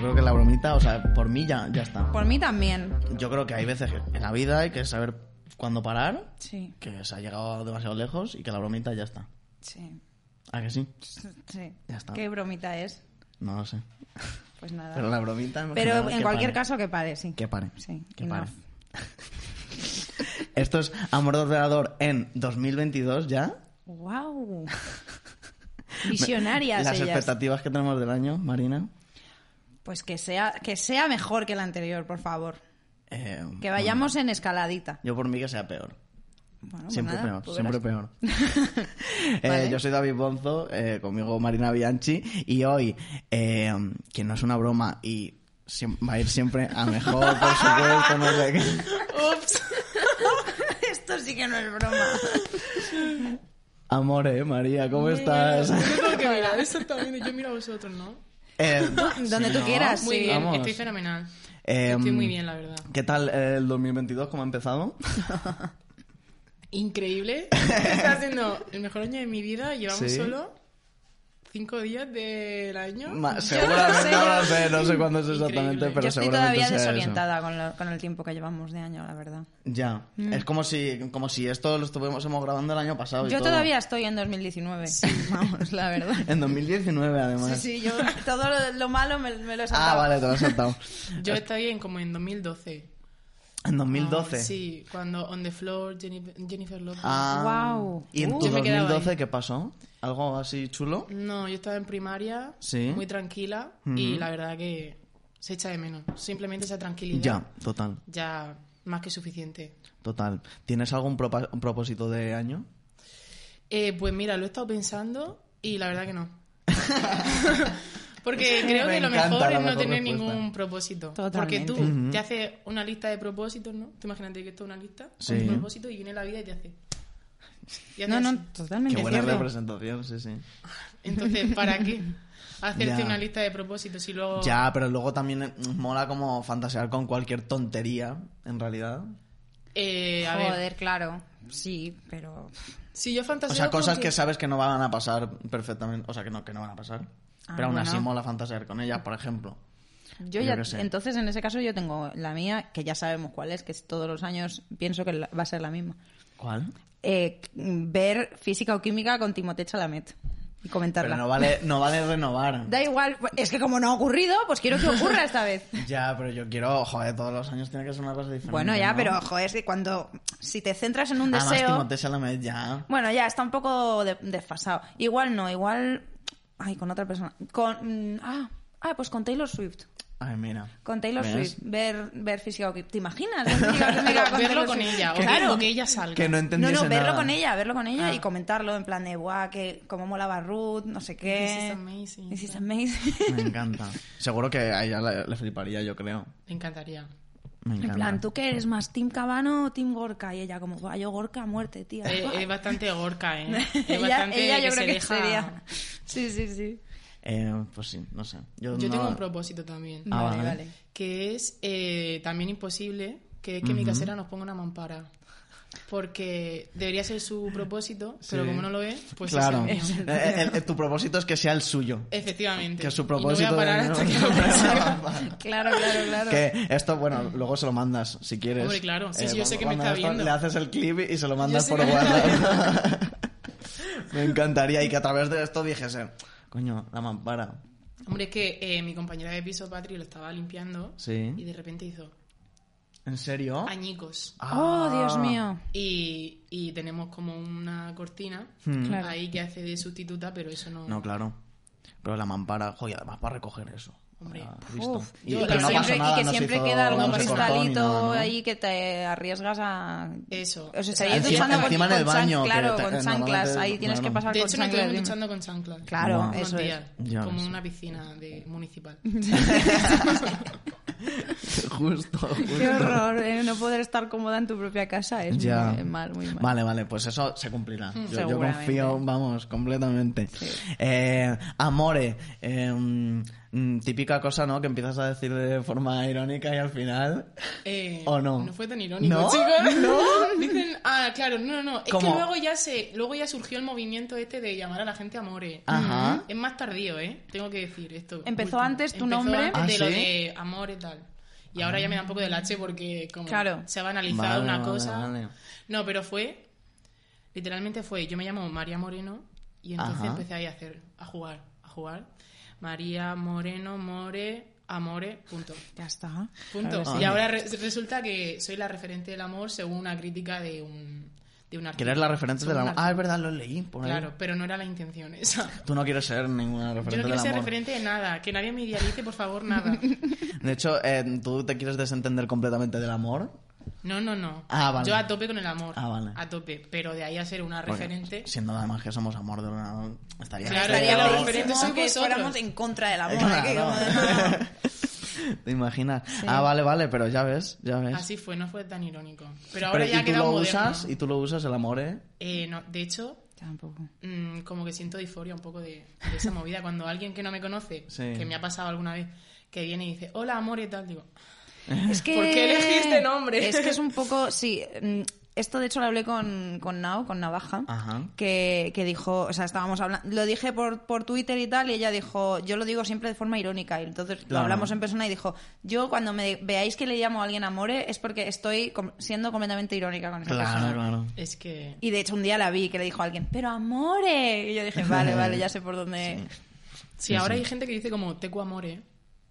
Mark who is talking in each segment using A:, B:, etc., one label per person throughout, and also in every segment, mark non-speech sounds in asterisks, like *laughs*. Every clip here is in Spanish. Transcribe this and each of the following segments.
A: creo que la bromita, o sea, por mí ya, ya está.
B: Por mí también.
A: Yo creo que hay veces que en la vida hay que saber cuándo parar,
B: Sí,
A: que se ha llegado demasiado lejos y que la bromita ya está.
B: sí.
A: ¿A que sí?
B: sí.
A: Ya está.
B: ¿Qué bromita es?
A: No lo sé.
B: Pues nada.
A: Pero la bromita... en
B: Pero
A: general,
B: en
A: que
B: cualquier
A: pare.
B: caso que pare, sí.
A: Que pare.
B: Sí,
A: que
B: enough.
A: pare. *laughs* Esto es Amor de Ordenador en 2022 ya. *laughs*
B: ¡Wow! Visionarias
A: Las
B: ellas.
A: expectativas que tenemos del año, Marina.
B: Pues que sea, que sea mejor que la anterior, por favor.
A: eh,
B: Que vayamos en escaladita.
A: Yo por mí que sea peor.
B: Bueno, pues
A: Siempre
B: nada,
A: peor,
B: tú
A: siempre
B: verás.
A: peor.
B: *laughs*
A: Eh,
B: Vale.
A: Yo soy David Bonzo, eh, conmigo Marina Bianchi, y hoy, eh, que no es una broma y siem- va a ir siempre a mejor, por supuesto, no sé qué. *laughs*
B: *laughs* Esto sí que no es broma.
A: Amore, María, ¿cómo estás? *laughs*
C: Yo tengo que mirar exactamente. Yo miro a vosotros, ¿no? Ah,
A: Eh,
B: Donde tú quieras,
C: Muy
B: sí.
C: bien,
A: Vamos.
C: estoy fenomenal.
A: Eh,
C: estoy muy bien, la verdad.
A: ¿Qué tal eh, el 2022? ¿Cómo ha empezado?
C: Increíble. Está haciendo el mejor año de mi vida. Llevamos
A: Sí.
C: solo cinco días del año.
A: Ma-
B: sé,
A: seguramente
B: yo
A: no lo sé, no sé cuándo es
C: Increíble.
A: exactamente, pero
B: Yo estoy
A: seguramente sea
B: todavía
A: eso.
B: desorientada con, lo- con el tiempo que llevamos de año, la verdad.
A: Ya,
B: Mm.
A: es como si, como si esto lo estuviésemos grabando el año pasado. y
B: Yo
A: todo.
B: todavía estoy en 2019. *laughs* Vamos, la verdad.
A: En 2019, además.
B: Sí, sí, yo todo lo, lo malo me, me lo he saltado.
A: Ah, vale, te lo has saltado.
C: Yo estaba bien como en 2012.
A: *laughs* En 2012.
C: Ah, sí, cuando On the Floor, Jennifer, Jennifer Lopez.
A: Ah,
B: Guau.
A: ¿Y en
C: Uh.
A: tu
C: Yo me quedaba
A: 2012
C: ahí.
A: qué pasó? ¿Algo así chulo?
C: No, yo estaba en primaria,
A: Sí.
C: muy tranquila, y la verdad que se echa de menos. Simplemente esa tranquilidad
A: Ya, total,
C: ya más que suficiente.
A: total. ¿Tienes algún propa- un propósito de año?
C: Eh, pues mira, lo he estado pensando y la verdad
A: *laughs*
C: que no. Porque creo
A: Me
C: que lo
A: encanta
C: mejor
A: la
C: es no
A: mejor
C: tener
A: respuesta.
C: ningún propósito.
B: Totalmente.
C: Porque tú te haces una lista de propósitos, ¿no? Tú imagínate que esto es una lista
A: Sí.
C: con tus propósitos y viene la vida y te hace. y hace
B: No,
C: así.
B: no, totalmente
A: Qué buena
B: cierto.
A: representación, sí, sí.
C: Entonces, ¿para qué hacerte
A: Ya.
C: una lista de propósitos si luego.
A: Ya, pero luego también eh, mola como fantasear con cualquier tontería, en realidad.
C: Eh, a ver.
B: Joder, claro. Sí, pero...
C: Si Pues yo fantaseo.
A: O sea,
C: con
A: cosas que sabes que no van a pasar perfectamente, o sea, que no, que no van a pasar.
B: Ah,
A: pero aún
B: bueno.
A: así mola fantasear con ellas, por ejemplo.
B: Yo
A: Yo
B: ya,
A: qué sé.
B: entonces en ese caso yo tengo la mía, que ya sabemos cuál es, que es todos los años pienso que la- va a ser la misma.
A: ¿Cuál?
B: Eh, ver física o química con Timothée Chalamet y
A: Pero
B: comentarla.
A: no vale, no vale
C: *laughs*
A: renovar.
B: Da igual, es que como no ha ocurrido, pues quiero que ocurra esta vez.
A: Ya, *laughs* pero yo quiero, joder, todos los años tiene que ser una cosa diferente.
B: Bueno, ya,
A: ¿no?
B: pero joder, es que cuando si te centras en un
A: Además,
B: deseo,
A: Timothée Chalamet ya.
B: bueno, ya está un poco de- desfasado. Igual no, igual ay, con otra persona, con mm, ah, ah, pues con Taylor Swift.
A: Ay, mira.
B: Con Taylor
A: ¿Ves?
B: Swift, ver, ver física o química. ¿Te
C: *laughs*
B: imaginas? ver física o química
C: Pero *laughs* verlo
B: Taylor
C: con
B: Swift?
C: ella, o
B: Claro.
C: que- o que ella salga.
A: Que no
B: No,
A: entendiese
B: no, verlo
A: nada.
B: con ella, verlo con ella
C: Ah.
B: y comentarlo en plan de, guau, que cómo molaba Ruth, no sé qué.
C: This is amazing.
B: This is amazing.
A: Me encanta. Seguro que a ella le, le fliparía, yo creo.
C: Me encantaría.
A: Me encanta.
B: *laughs* en plan, ¿tú qué eres más, Team Cabano o Team Gorka? Y ella como, guau, yo Gorka a muerte, tía. *laughs*
C: Eh,
B: Guau.
C: es bastante gorca,
B: *laughs*
C: ¿eh? Es
B: ella,
C: bastante
B: ella
C: de
B: yo creo
C: se
B: que
C: deja-
B: sería. Sí, sí, sí.
A: Eh, pues sí, no sé. Yo,
C: Yo
A: no-
C: tengo un propósito también.
A: Ah,
B: vale,
A: vale.
B: vale.
C: que es eh, también imposible que, que mi casera nos ponga una mampara. Porque debería ser su propósito, pero
A: Sí.
C: como no lo es, pues
A: Claro.
C: es el mío.
A: Eh, eh, eh, tu propósito es que sea el suyo.
C: Efectivamente.
A: Que su
C: Y
A: propósito.
C: no voy a parar
A: de- *laughs*
C: hasta que lo consiga.
B: Claro, claro, claro.
A: Que esto, bueno, luego se lo mandas si quieres. Eh,
C: Hombre, claro. Sí, sí, yo sé que me
A: cuando
C: está
A: esto,
C: viendo.
A: Le haces el clip y se lo mandas
C: sé
A: por
C: que me está
A: WhatsApp. *laughs* me encantaría y que a través de esto dijese, coño, la mampara.
C: Hombre, es que eh, mi compañera de piso, Patri, lo estaba limpiando
A: Sí.
C: y de repente hizo
A: ¿En serio?
C: añicos.
B: Oh,
A: Ah.
B: Dios mío.
C: Y, y tenemos como una cortina
B: Claro.
C: ahí que hace de sustituta, pero eso no...
A: Hmm. No, claro. Pero la mampara, joder, además para recoger eso.
C: Hombre,
A: Ah, visto.
B: Uf.
A: y,
C: Yo-
A: pero
C: que
A: no
B: siempre,
A: pasa
B: y
A: nada,
B: que
A: no se
B: siempre
A: hizo-
B: queda algún
A: no se cortó ni
B: cristalito
A: nada, ¿no?
B: ahí que te arriesgas a...
C: Eso.
B: O sea, estarías
A: Encima-
B: duchando con,
A: encima en el
B: con
A: baño,
B: chan-
A: que
B: claro,
A: te-
B: con
A: eh,
B: chanclas.
A: normalmente-
B: Ahí tienes
A: bueno.
B: que pasar
C: De
B: con
C: hecho, nos
B: chanclas.
C: quedamos
B: dime.
C: duchando con chanclas.
B: Claro,
A: Wow.
C: Unos
B: eso es.
C: días,
A: Ya
C: como
B: *laughs*
A: ves.
C: una piscina de municipal.
A: *laughs* Justo, justo.
B: Qué horror, ¿eh? no poder estar cómoda en tu propia casa es
A: Ya.
B: muy eh, mal, muy mal. Mm,
A: Vale, vale, pues eso se cumplirá. Yo- Yo,
B: seguramente.
A: confío, vamos, completamente. Eh, amore, eh, mm, mm, típica cosa, ¿no? Que empiezas a decir de forma irónica y al final...
C: Eh,
A: ¿O no?
C: No fue tan irónico,
A: ¿No?
C: chicos. *laughs* Dicen, ah, claro, no, no, no. Es
A: ¿Cómo?
C: que luego ya se, luego ya surgió el movimiento este de llamar a la gente amore.
A: Ajá.
C: Es más tardío, ¿eh? Tengo que decir esto.
B: Empezó
C: último.
B: antes tu
C: Empezó
B: nombre.
C: antes
A: Ah,
C: de lo
A: ¿sí?
C: de amor y tal. Y ahora ya me da un poco del H porque como
B: Claro.
C: se ha banalizado
A: Vale,
C: una
A: vale,
C: cosa.
A: vale.
C: No, pero fue, literalmente fue, yo me llamo María Moreno y entonces
A: Ajá.
C: empecé ahí a hacer, a jugar, a jugar. María Moreno, More, Amore, punto.
B: Ya está.
C: Punto.
B: Claro que sí.
C: Y ahora re- resulta que soy la referente del amor según una crítica de un, de un
A: Que
C: artista.
A: eres la referente del
C: Según
A: amor.
C: un
A: Ah,
C: artista.
A: es verdad, lo leí por ahí.
C: Claro, pero no era la intención *laughs* esa.
A: Tú no quieres ser ninguna referente
C: Yo no quiero
A: del
C: ser
A: amor.
C: referente de nada. Que nadie me idealice, por
A: *laughs*
C: favor, nada.
A: De hecho, eh, tú te quieres desentender completamente del amor.
C: No, no, no.
A: Ah, vale.
C: Yo a tope con el amor.
A: Ah, vale.
C: A tope. Pero de ahí a ser una
A: Porque
C: referente.
A: siendo además que somos amor de una... Estaría...
C: Claro,
A: feo.
B: Estaría
C: Pero-
B: buenísimo
C: Pero sois
B: que
C: vosotros.
B: fuéramos en contra del amor.
A: Claro.
B: ¿eh?
A: *laughs*
B: Que como-
A: ¿Te imaginas? Ah, vale, vale, pero ya ves, ya ves.
C: Así fue, no fue tan irónico. Pero ahora
A: Pero,
C: ya
A: y
C: ha
A: tú
C: quedado
A: lo
C: moderno.
A: usas, y tú lo usas el amore.
C: Eh, no, de hecho,
B: Tampoco.
C: mm, como que siento disforia un poco de, de esa movida. Cuando alguien que no me conoce,
A: Sí.
C: que me ha pasado alguna vez, que viene y dice, hola, amor y tal, digo,
B: Es que...
C: ¿Por qué elegí este nombre?
B: Es que es un
C: *laughs*
B: poco... Sí, mm, esto de hecho lo hablé con, con Nao, con Navaja,
C: Ah.
A: Ajá.
B: que, que dijo... O sea, estábamos hablando... Lo dije por, por Twitter y tal, y ella dijo... Yo lo digo siempre de forma irónica, y entonces lo
A: Claro.
B: hablamos en persona y dijo... Yo cuando me veáis que le llamo a alguien amore es porque estoy com- siendo completamente irónica con esa persona.
A: Claro, claro.
C: es que...
B: Y de hecho un día la vi que le dijo a alguien, pero amore. Y yo dije, vale, vale, ya sé por dónde.
C: Sí, ahora hay gente que dice como Tecu Amore,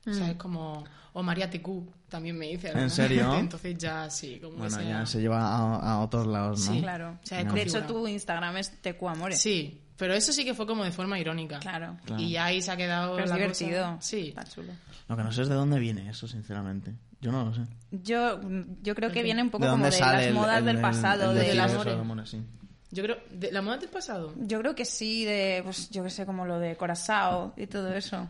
B: Mm.
C: ¿sabes? Como, o María Tecu, también me dice. alguna
A: ¿En serio?
C: gente, *laughs* Entonces ya, sí, como
A: Bueno,
C: esa-
A: ya se lleva a, a otros lados, ¿no?
C: Sí.
B: Claro.
C: O sea, es
B: de hecho,
C: configurado.
B: tu Instagram es tecuamore.
C: Sí, pero eso sí que fue como de forma irónica.
B: Claro.
A: Claro.
C: Y ya ahí se ha quedado
B: Pero es
C: la
B: divertido.
C: cosa. Sí.
B: Está chulo.
A: Lo que no sé es de dónde viene eso, sinceramente. Yo no lo sé.
B: Yo, mm, yo creo que viene un poco
A: ¿De
B: como
A: dónde
B: de
A: sale
B: las
A: el-
B: modas
A: el-
B: del
A: el-
B: pasado.
A: el
B: de
A: decir
C: las-
A: eso del amor, sí.
C: Yo creo, de- ¿la moda del pasado?
B: Yo creo que sí, de, pues yo qué sé, como lo de Curazao y todo eso.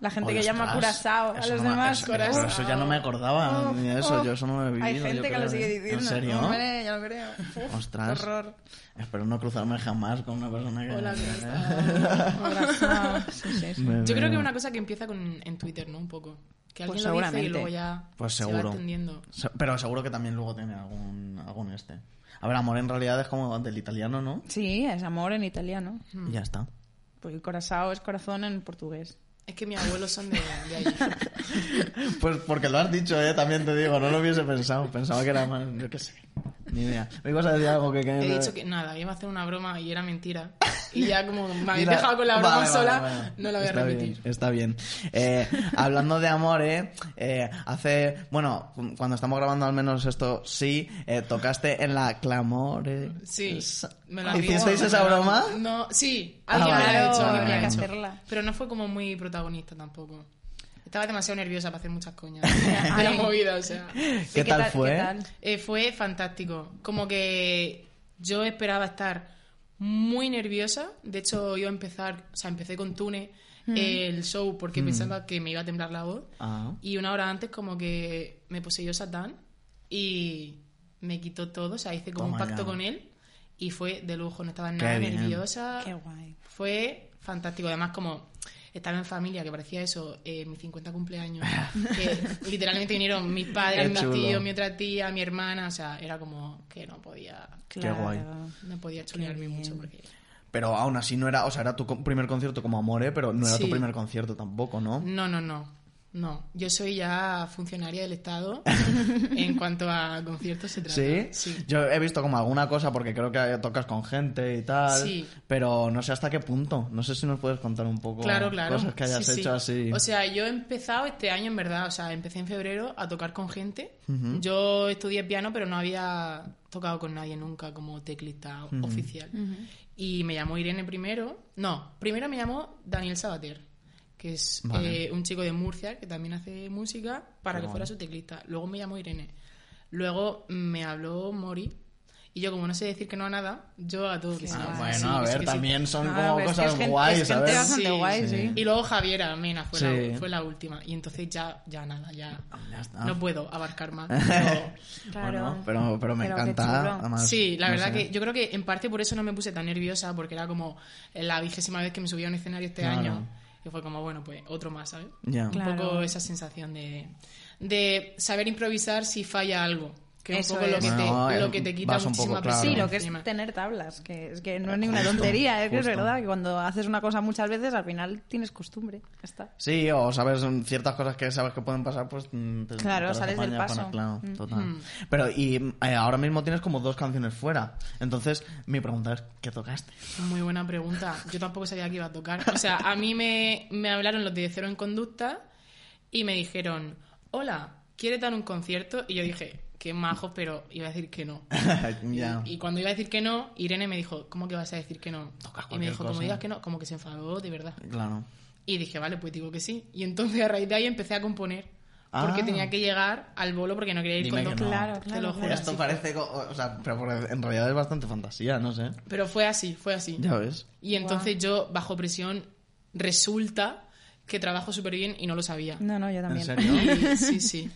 B: La gente que
A: Ostras,
B: llama Curazao a
A: eso
B: los
A: no me-
B: demás.
A: eso- pero
B: Curazao. Oh,
A: eso ya no me acordaba ni de eso, yo eso no lo he vivido.
B: Hay
A: yo
B: gente que
A: creo,
B: lo
A: ¿eh?
B: sigue diciendo.
A: ¿En serio?
B: Hombre, ya lo creo. Uf,
A: Ostras. *laughs*
B: qué horror.
A: Espero no cruzarme jamás con una persona que... ¿eh?
C: Hola,
B: *laughs*
C: ¿cómo
B: Curazao. Sí, sí, sí.
A: Me
C: Yo creo
A: veo.
C: que es una cosa que empieza con, en Twitter, ¿no? Un poco. Que alguien
B: Pues
C: lo dice
B: seguramente.
C: y luego ya
A: Pues
C: se
A: seguro.
C: va entendiendo.
A: Se- Pero seguro que también luego tiene algún, algún este. A ver, amor en realidad es como del italiano, ¿no?
B: Sí, es amor en italiano.
C: Mm.
A: Y ya está. *laughs*
B: Porque corazao es corazón en portugués.
C: Es que mis abuelos son de,
A: *laughs*
C: de allí.
A: Pues porque lo has dicho, ¿eh? También te digo, no lo hubiese pensado. Pensaba que era más... Yo qué sé. Ni idea. Me ibas a decir algo que... que-
C: He dicho que nada, iba a hacer una broma y era mentira. Y ya como me habéis
A: Mira,
C: dejado con la broma
A: vale, vale,
C: sola,
A: vale.
C: no la voy a
A: Está
C: repetir.
A: bien, está bien. Eh, hablando de amor, ¿eh? Eh, hace... Bueno, cuando estamos grabando al menos esto, sí, eh, tocaste en la Clamore.
C: Sí,
A: Esa-
C: me la
A: ¿Hicisteis
C: digo,
A: esa
C: me la-
A: broma?
C: No, sí,
A: Ah,
C: alguien me la
A: vale,
C: ha hecho,
A: vale,
C: alguien me
A: vale.
C: la ha hecho.
B: Hacerla.
C: Pero no fue como muy protagonista tampoco. Estaba demasiado nerviosa para hacer muchas coñas. *laughs* de la
B: Ay.
C: movida, o sea.
A: ¿Qué, tal, fue?
B: qué tal?
C: Eh, fue fantástico. Como que yo esperaba estar muy nerviosa. De hecho, yo empezar, o sea, empecé con Tune
A: Mm.
C: el show porque pensaba que me iba a temblar la voz.
A: Ah.
C: Y una hora antes como que me poseyó Satán y me quitó todo, o sea, hice como un
A: Toma
C: pacto
A: ya.
C: con él y fue de lujo, no estaba
A: Qué
C: nada
A: bien.
C: nerviosa.
B: Qué guay.
C: Fue fantástico, además como estaba en familia, que parecía eso, eh, mi
A: *laughs*
C: 50 cumpleaños, que literalmente vinieron mis
A: Qué
C: padres, mis
A: chulo.
C: tíos, mi otra tía, mi hermana, o sea, era como que no podía,
B: Claro.
A: guay.
C: no podía chulearme
B: bien.
C: mucho porque...
A: Pero aún así no era, o sea, era tu co- primer concierto como Amore, pero no era tu
C: Sí.
A: primer concierto tampoco, ¿no?
C: No, no, no. No, yo soy ya funcionaria del Estado
A: *laughs*
C: en cuanto a conciertos se trata.
A: ¿Sí? Yo he visto como alguna cosa porque creo que tocas con gente y tal,
C: Sí.
A: pero no sé hasta qué punto. No sé si nos puedes contar un poco
C: Claro, claro.
A: cosas que hayas
C: Sí, sí.
A: hecho así.
C: O sea, yo he empezado este año, en verdad. O sea, empecé en febrero a tocar con gente. Yo estudié piano, pero no había tocado con nadie nunca como teclista oficial. Y me llamó Irene primero. No, primero me llamó Daniel Sabater, que es
A: Vale.
C: eh, un chico de Murcia que también hace música para que fuera su teclista. Luego me llamó Irene. Luego me habló Mori. Y yo, como no sé decir que no a nada, yo a todo que sí.
A: Ah,
C: que
A: bueno,
C: sí,
A: a
C: que sí,
A: ver,
C: que sí.
A: también son
B: Ah,
A: como
B: ves que es
A: cosas
B: gente-
A: guays,
B: es gente
A: ¿sabes?
B: bastante guay, sí.
C: Y luego Javiera Mena fue,
A: Sí. Ah.
C: la, fue la última. Y entonces ya, ya nada, ya,
A: Ya está.
C: no puedo
A: *laughs*
C: abarcar más. pero-
B: Claro.
A: Bueno, pero, pero me
B: Pero qué chulo.
A: encanta. además,
C: sí, la
A: no
C: verdad
A: sé.
C: que yo creo que en parte por eso no me puse tan nerviosa, porque era como la vigésima vez que me subía a un escenario este
A: Claro.
C: año. Y fue como, bueno, pues otro más, ¿sabes?
A: Ya.
B: Claro.
C: Un poco esa sensación de, de saber improvisar si falla algo. Que es
B: Eso
C: un poco lo
B: es.
C: que,
A: Bueno,
C: te,
A: eh,
C: lo que te quita
A: vas un poco,
C: muchísima
A: claro.
C: presión.
B: Sí, lo que
C: encima.
B: es tener tablas, que es que no es ninguna tontería, es que es
A: justo.
B: verdad que cuando haces una cosa muchas veces al final tienes costumbre, ya está.
A: Sí, o sabes mm, ciertas cosas que sabes que pueden pasar, pues... mm, te- te
B: Claro,
A: las
B: sales del
A: apañas
B: paso.
A: para- claro,
B: Mm.
A: total. Pero y mm, eh, ahora mismo tienes como dos canciones fuera. Entonces, mi pregunta es, ¿qué tocaste? *laughs*
C: Muy buena pregunta. Yo tampoco sabía que iba a tocar. O sea, a mí me, me hablaron los de Cero en Conducta y me dijeron, hola, ¿quieres dar un concierto? Y yo dije, qué majos, pero iba a decir que no.
A: *laughs* Ya.
C: Y cuando iba a decir que no, Irene me dijo, ¿cómo que vas a decir que no?
A: Tocas
C: Y
A: cualquier
C: me dijo,
A: cosa.
C: como digas que no, como que se enfadó, de verdad.
A: Claro.
C: Y dije, vale, pues digo que sí. Y entonces a raíz de ahí empecé a componer. Porque
A: Ah.
C: tenía que llegar al bolo porque no quería ir
A: Dime
C: con
A: que
C: dos-
A: no.
B: Claro,
C: Te
B: claro,
C: lo juro.
B: claro.
C: así
A: Esto
C: fue.
A: parece... co- O sea, pero por- en realidad es bastante fantasía, no sé.
C: Pero fue así, fue así.
A: Ya ves.
C: Y entonces yo, bajo presión, resulta que trabajo súper bien y no lo sabía.
B: No, no, yo
A: ¿En
B: también.
A: serio?
C: Y- sí, sí.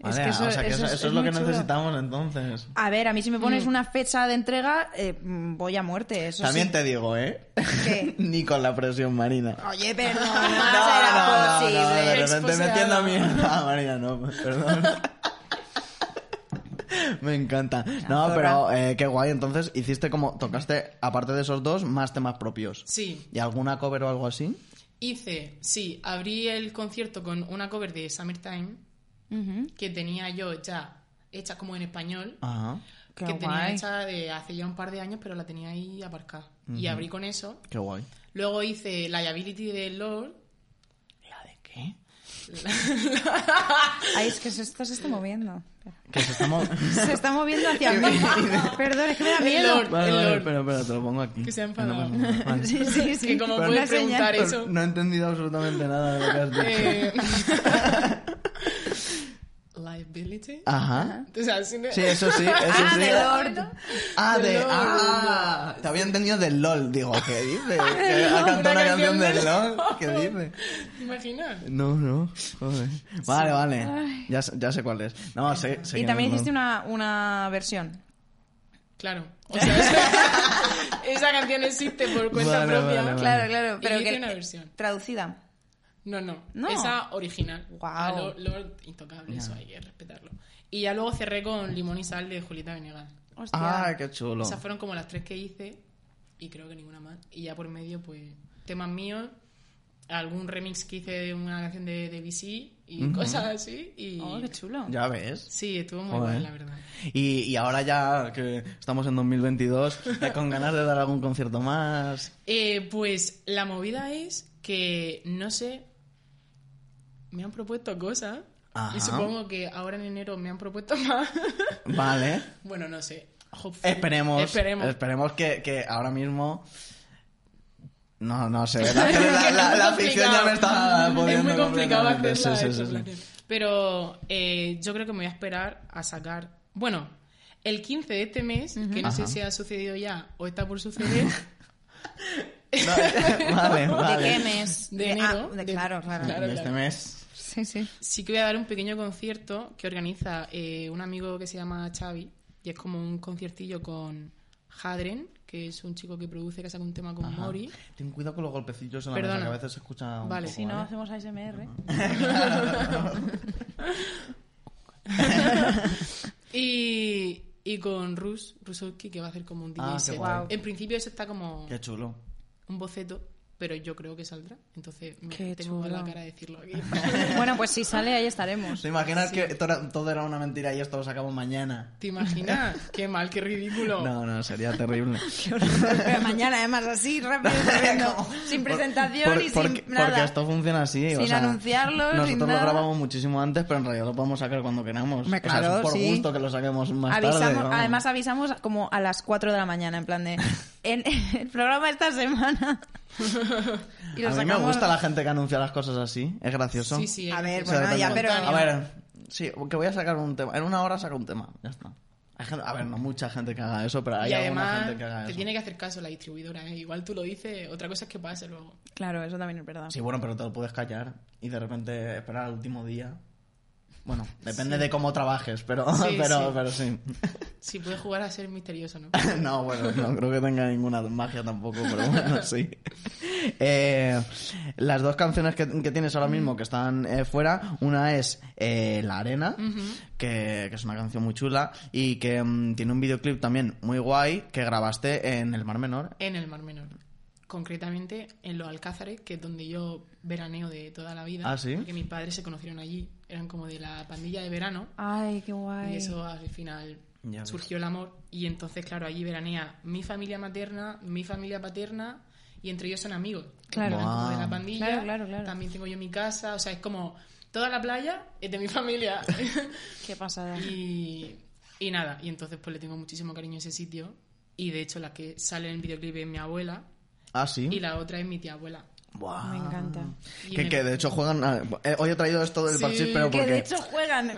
A: Vale,
B: que eso-
A: o sea, que
B: eso
A: eso,
B: es-
A: eso
B: es
A: es lo
B: muy
A: que
B: chulo.
A: necesitamos entonces.
B: A ver, a mí si me pones una fecha de entrega, eh, mm, voy a muerte, eso
A: También
B: sí.
A: te digo, ¿eh? *laughs*
B: ¿Qué?
A: Ni con la presión marina.
B: Oye, pero no,
A: *laughs* no,
B: será
A: no, no, de
B: posible.
A: repente
C: Exposeada.
A: metiendo a mi *laughs* Ah, María, no, perdón. *laughs* Me encanta. No,
B: zorra.
A: pero eh, qué guay. Entonces, hiciste como, tocaste, aparte de esos dos, más temas propios.
C: Sí.
A: ¿Y alguna cover o algo así?
C: Hice, sí, abrí el concierto con una cover de Summertime
B: Ujú,
C: que tenía yo ya hecha como en español.
A: Ajá.
B: Ah, qué
C: que tenía
B: guay.
C: hecha de hace ya un par de años, pero la tenía ahí aparcada. Y abrí con eso.
A: Qué guay.
C: Luego hice Liability de Lord.
A: ¿La de qué?
B: Ay, es que se, esto se
A: *laughs*
B: está moviendo.
A: Que se está mo-
B: Se está moviendo hacia mí. Perdón, es que me da miedo.
A: *laughs*
C: Lord.
A: Vale,
C: El
A: vale,
C: Lord.
A: espera, espera, te lo pongo aquí.
C: Que se ha
A: No pasa
C: enfadado.
A: nada. Vale.
B: Sí, sí, sí.
C: Que como
B: Una
C: puedes
B: señal.
C: preguntar eso.
A: No he entendido absolutamente nada de lo que has dicho.
C: *laughs*
B: *laughs*
C: eh, Liability.
A: Ajá.
C: O sea, si no-
A: Sí,
C: *laughs*
A: eso sí, eso
B: Ah,
A: sí.
B: de Lord.
A: Ah,
C: Del
A: de.
C: LOL.
A: Ah, te había entendido del LOL. Digo, ¿qué dice? ¿Que ha cantado una canción del LOL? ¿Qué dice?
C: ¿Te imaginas?
A: No, no. joder. Vale, vale. Ya, sé- ya sé cuál es. No, sé. sé
B: Y
A: que
B: también
A: no-
B: hiciste una, una versión.
C: Claro. O sea, esa, *laughs* esa canción existe por cuenta
A: Vale,
C: propia.
A: vale, vale.
B: Claro, claro. Pero que
C: Y
B: eh,
C: hice una versión.
B: Traducida.
C: No, no,
B: No.
C: Esa original.
B: Guau.
C: A Lord, Lord intocable, eso hay que respetarlo. Y ya luego cerré con Limón y Sal de Julieta Venegas.
B: Hostia.
A: Ah, qué chulo.
C: Esas fueron como las tres que hice y creo que ninguna más. Y ya por medio, pues, temas míos, algún remix que hice de una canción de, de BC y cosas así. Y...
B: Oh, qué chulo.
A: Ya ves.
C: Sí, estuvo muy
A: Joder.
C: bueno, la verdad.
A: Y, y ahora ya que estamos en 2022, ya con ganas de dar algún concierto más.
C: Eh, pues la movida es que, no sé, me han propuesto cosas.
A: Ajá.
C: Y supongo que ahora en enero me han propuesto *laughs* más.
A: Vale.
C: bueno, no sé. Hopeful.
A: Esperemos.
C: Esperemos.
A: esperemos que, que ahora mismo. No, no sé. *laughs* La, la, la- la ficción ya me está
C: Es
A: poniendo
C: muy complicado
A: completamente.
C: hacerla.
A: Sí, sí,
C: esa
A: sí, sí.
C: planeación. Pero eh, yo creo que me voy a esperar a sacar. Bueno, el 15 de este mes, que no sé
A: Ajá.
C: si ha sucedido ya o está por
A: *laughs*
C: suceder,
A: No, *laughs* vale,
B: Oh, ¿De
A: vale.
B: qué mes?
C: De enero.
B: ah, de-
C: De-
B: Claro, claro.
C: Claro.
A: De este mes.
B: Sí, sí.
C: sí que voy a dar un pequeño concierto que organiza eh, un amigo que se llama Xavi. Y es como un conciertillo con Hadren, que es un chico que produce, que saca un tema con
A: Ajá.
C: Mori.
A: Ten cuidado con los golpecillos en la
C: Perdona.
A: mesa, que a veces se escucha un
C: Vale.
A: poco,
B: Si no,
A: ¿vale?
B: hacemos ASMR.
C: Y, y con Rus, Rusowski, que va a hacer como un DJ
A: Ah, qué
C: set.
A: guay.
C: En principio eso está como...
A: Qué chulo.
C: un boceto, pero yo creo que saldrá. Entonces me
B: Qué
C: tengo
B: chulo.
C: la cara de decirlo aquí. *laughs*
B: Bueno, pues si sale, ahí estaremos.
A: ¿Te imaginas que to- todo, era una mentira y esto lo sacamos mañana?
C: ¿Te imaginas? Qué mal, qué ridículo.
A: No, no, sería
B: *laughs*
A: terrible.
B: Pero mañana, además,
A: *laughs*
B: así, rápido, corriendo, sin presentación
A: Por-
B: y sin
A: porque,
B: nada.
A: porque esto funciona así. o
B: Sin
A: sea,
B: anunciarlo, sin
A: Nosotros lo
B: nada.
A: grabamos muchísimo antes, pero en realidad lo podemos sacar cuando queramos.
B: Hombre,
A: O sea,
B: claro,
A: es por
B: sí.
A: gusto que lo saquemos más tarde.
B: Avisamos,
A: vamos.
B: además avisamos como a las 4 de la mañana, en plan de... En *laughs* el programa esta
A: *laughs*
B: semana. Y lo
A: a mí me
B: sacamos-
A: gusta la gente que anuncia las cosas así. Es gracioso.
C: Sí, sí.
B: A
C: es
B: ver,
A: O sea,
B: bueno, ya,
A: depende.
B: pero...
A: A ver, sí, que voy a sacar un tema. En una hora saco un tema. Ya está. Hay gente- a ver, no mucha gente que haga eso, pero hay
C: y
A: alguna
C: además
A: gente que haga
C: te
A: eso.
C: tiene que hacer caso la distribuidora, ¿eh? Igual tú lo dices, otra cosa es que pase luego.
B: Claro, eso también es verdad.
A: Sí, bueno, pero te lo puedes callar y de repente esperar al último día. Bueno, depende de cómo trabajes, pero
C: Sí,
A: *laughs* pero,
C: sí.
A: pero sí.
C: Si puedes jugar a ser misterioso, ¿no?
A: No, bueno, no creo que tenga ninguna magia tampoco, pero *laughs* bueno, sí. Eh, las dos canciones que, que tienes ahora mismo que están eh, fuera, una es eh, La Arena, que, que es una canción muy chula y que mm, tiene un videoclip también muy guay que grabaste en el Mar Menor.
C: En el Mar Menor. Concretamente en los Alcázares, que es donde yo veraneo de toda la vida.
A: Ah, ¿sí?
C: Porque mis padres se conocieron allí. Eran como de la pandilla de verano.
B: Ay, qué guay.
C: Y eso al final
A: Ya ves.
C: surgió el amor. Y entonces, claro, allí veranea mi familia materna, mi familia paterna, y entre ellos son amigos.
B: Claro.
C: Eran como de la
A: Guau.
C: pandilla.
B: Claro, claro, claro.
C: También tengo yo mi casa. O sea, es como toda la playa es de mi *laughs* familia.
B: Qué pasada.
C: y, y nada. Y entonces, pues le tengo muchísimo cariño a ese sitio. Y de hecho, la que sale en el videoclip es mi abuela.
A: Ah, sí.
C: Y la otra es mi tía abuela.
A: Buah.
B: Me encanta.
C: Y
A: Que,
C: me-
A: que de hecho juegan. a- eh, hoy he traído esto del
C: Sí,
A: parchís, pero
B: Que de
A: porque.
B: hecho
A: *laughs*
B: juegan.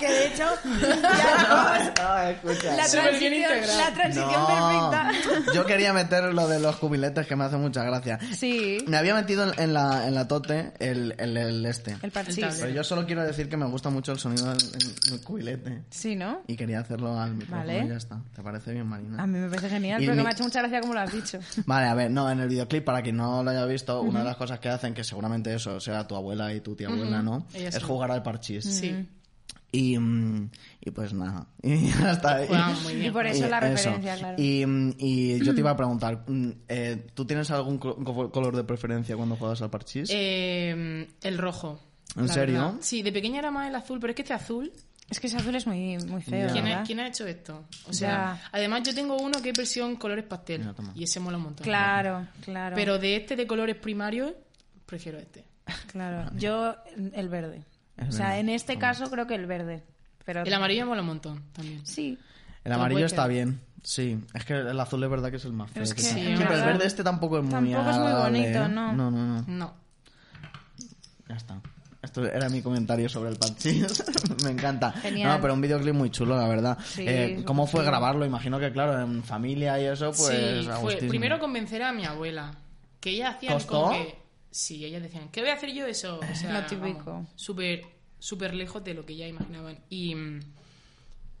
B: que de hecho. ya,
A: Ah, escucha.
B: la,
C: Súper
B: transición,
C: bien integrado.
B: la transición
A: No,
B: perfecta.
A: Yo quería meter lo de los cubiletes que me hace mucha gracia.
B: Sí,
A: Me había metido en, en la, en la tote el, el- el este.
B: el
C: El
B: parchís.
C: tablero.
A: Pero yo solo quiero decir que me gusta mucho el sonido del, del cubilete.
B: Sí, ¿no?
A: Y quería hacerlo al micrófono
B: Vale.
A: y ya está. ¿Te parece bien, Marina?
B: A mí me parece genial,
A: Y
B: pero que
A: mi-
B: me ha hecho mucha gracia como lo has dicho.
A: Vale, a ver, no, en el videoclip, para quien no lo haya visto, una de las cosas que hacen, que seguramente eso sea tu abuela y tu tía abuela, ¿no?
C: Ellas
A: Es
C: son.
A: jugar al parchís.
B: Mm.
C: Sí.
A: Y, mm, y pues nada. *laughs* Y hasta ahí.
C: Juegan muy bien.
B: Y por eso la
A: Y
B: referencia, claro.
A: Y, mm, y yo te
B: *clears throat*
A: iba a preguntar, mm, eh, ¿tú tienes algún co- co- color de preferencia cuando juegas al parchís?
C: Eh, el rojo.
A: ¿En
C: la
A: serio?
C: verdad. Sí, de pequeña era más el azul, pero es que este azul.
B: Es que ese azul es muy, muy feo.
A: Ya.
C: ¿Quién ha,
B: ¿verdad?
C: quién ha hecho esto? O sea,
B: Ya.
C: además yo tengo uno que es versión colores pastel.
A: Mira, toma.
C: y ese mola un montón.
B: Claro, claro.
C: Pero de este de colores primarios, prefiero este.
B: Claro, yo el verde.
A: El
B: o sea,
A: verde.
B: en este caso creo que el verde. Pero
C: El amarillo mola un montón también.
B: sí.
A: El amarillo
C: puede
A: está
C: quedar.
A: bien, sí. Es que el azul es verdad que es el más feo.
B: pues Pero es
A: que
B: que,
A: tiene.
C: en
A: Sí, pero el
B: verdad,
A: verde este tampoco es muy
B: tampoco es muy
A: agradable,
B: bonito,
A: ¿eh?
B: ¿no?
A: No, no, no.
C: No.
A: Ya está. Esto era mi comentario sobre el parchís. *laughs* Me encanta.
B: Genial.
A: No, pero un videoclip muy chulo, la verdad. Eh,
B: súper
A: ¿Cómo fue grabarlo? Imagino que, claro, en familia y eso, pues.
C: sí,
A: a
C: fue
A: gustísimo.
C: primero convencer a mi abuela. Que ella hacía
A: ¿Costó?
C: como que. Sí, ellas decían, ¿qué voy a hacer yo eso?
A: *laughs*
C: O sea,
B: Lo típico.
C: vamos, Súper, súper lejos de lo que ya imaginaban. Y, mm,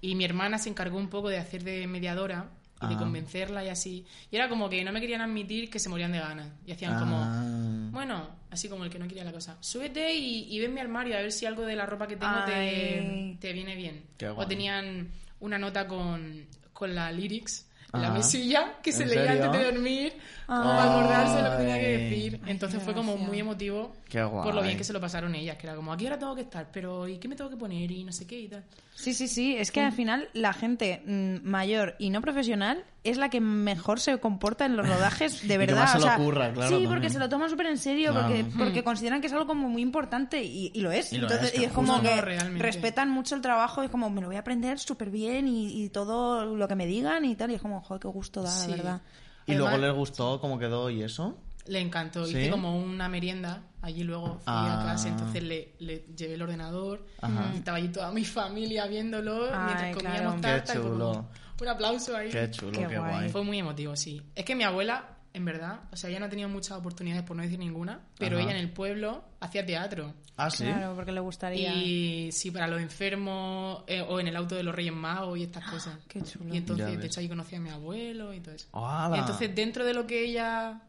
C: y mi hermana se encargó un poco de hacer de mediadora y de
A: Ah.
C: convencerla y así. Y era como que no me querían admitir que se morían de ganas. Y hacían como,
A: Ah.
C: bueno, así como el que no quería la cosa. Súbete y, y ven mi armario a ver si algo de la ropa que tengo
B: Ay.
C: te, te viene bien.
A: Qué
C: O
A: guay.
C: tenían una nota con, con la lyrics, en la
A: Ajá.
C: mesilla, que se
A: ¿En
C: leía
A: serio?
C: antes de dormir, para
A: Ay.
C: acordarse de lo que tenía que
A: Ay,
C: decir.
B: qué
C: Entonces fue como
B: gracia.
C: muy emotivo
A: Qué
C: por lo
A: guay.
C: bien que se lo pasaron ellas, que era como, ¿a qué hora tengo que estar? Pero, ¿y qué me tengo que poner? Y no sé qué y tal.
B: Sí, sí, sí. Es que
A: Mm.
B: al final la gente mm, mayor y no profesional es la que mejor se comporta en los
A: *laughs*
B: rodajes, de
A: que
B: verdad.
A: más se
B: o
A: lo
B: sea,
A: curra, claro,
B: sí,
A: también.
B: porque se lo toman súper en serio,
A: Claro.
B: porque, porque consideran que es algo como muy importante y, y lo es.
A: Y lo
B: Entonces,
A: es,
B: y es como
C: justo.
B: que
C: No, realmente.
B: respetan mucho el trabajo y es como, me lo voy a aprender súper bien y, y todo lo que me digan y tal. Y es como, joder, qué gusto da,
C: Sí.
B: de Ah, verdad.
A: Y luego
C: Además,
A: les gustó cómo quedó y eso.
C: Le encantó.
A: ¿Sí?
C: Hice como una merienda. Allí luego fui
A: Ah.
C: a clase, entonces le, le llevé el ordenador.
A: Ajá.
C: Y estaba allí toda mi familia viéndolo
B: Ay,
C: mientras
B: claro.
C: comíamos tarta.
A: Qué
C: y fue
A: chulo.
C: como Un aplauso ahí.
A: Qué chulo, qué,
B: Qué
A: guay.
B: guay.
C: Fue muy emotivo, sí. Es que mi abuela, en verdad, o sea, ella no ha tenido muchas oportunidades, por no decir ninguna, pero
A: Ajá.
C: ella en el pueblo hacía teatro.
A: Ah, sí.
B: Claro, porque le gustaría.
C: Y sí, para los enfermos, eh, o en el auto de los Reyes Magos y estas cosas.
B: Ah, qué chulo.
C: Y
A: Ya
C: entonces,
A: ves.
C: de hecho, ahí conocí a mi abuelo y todo eso.
A: ¡Hala!
C: Y entonces, dentro de lo que ella.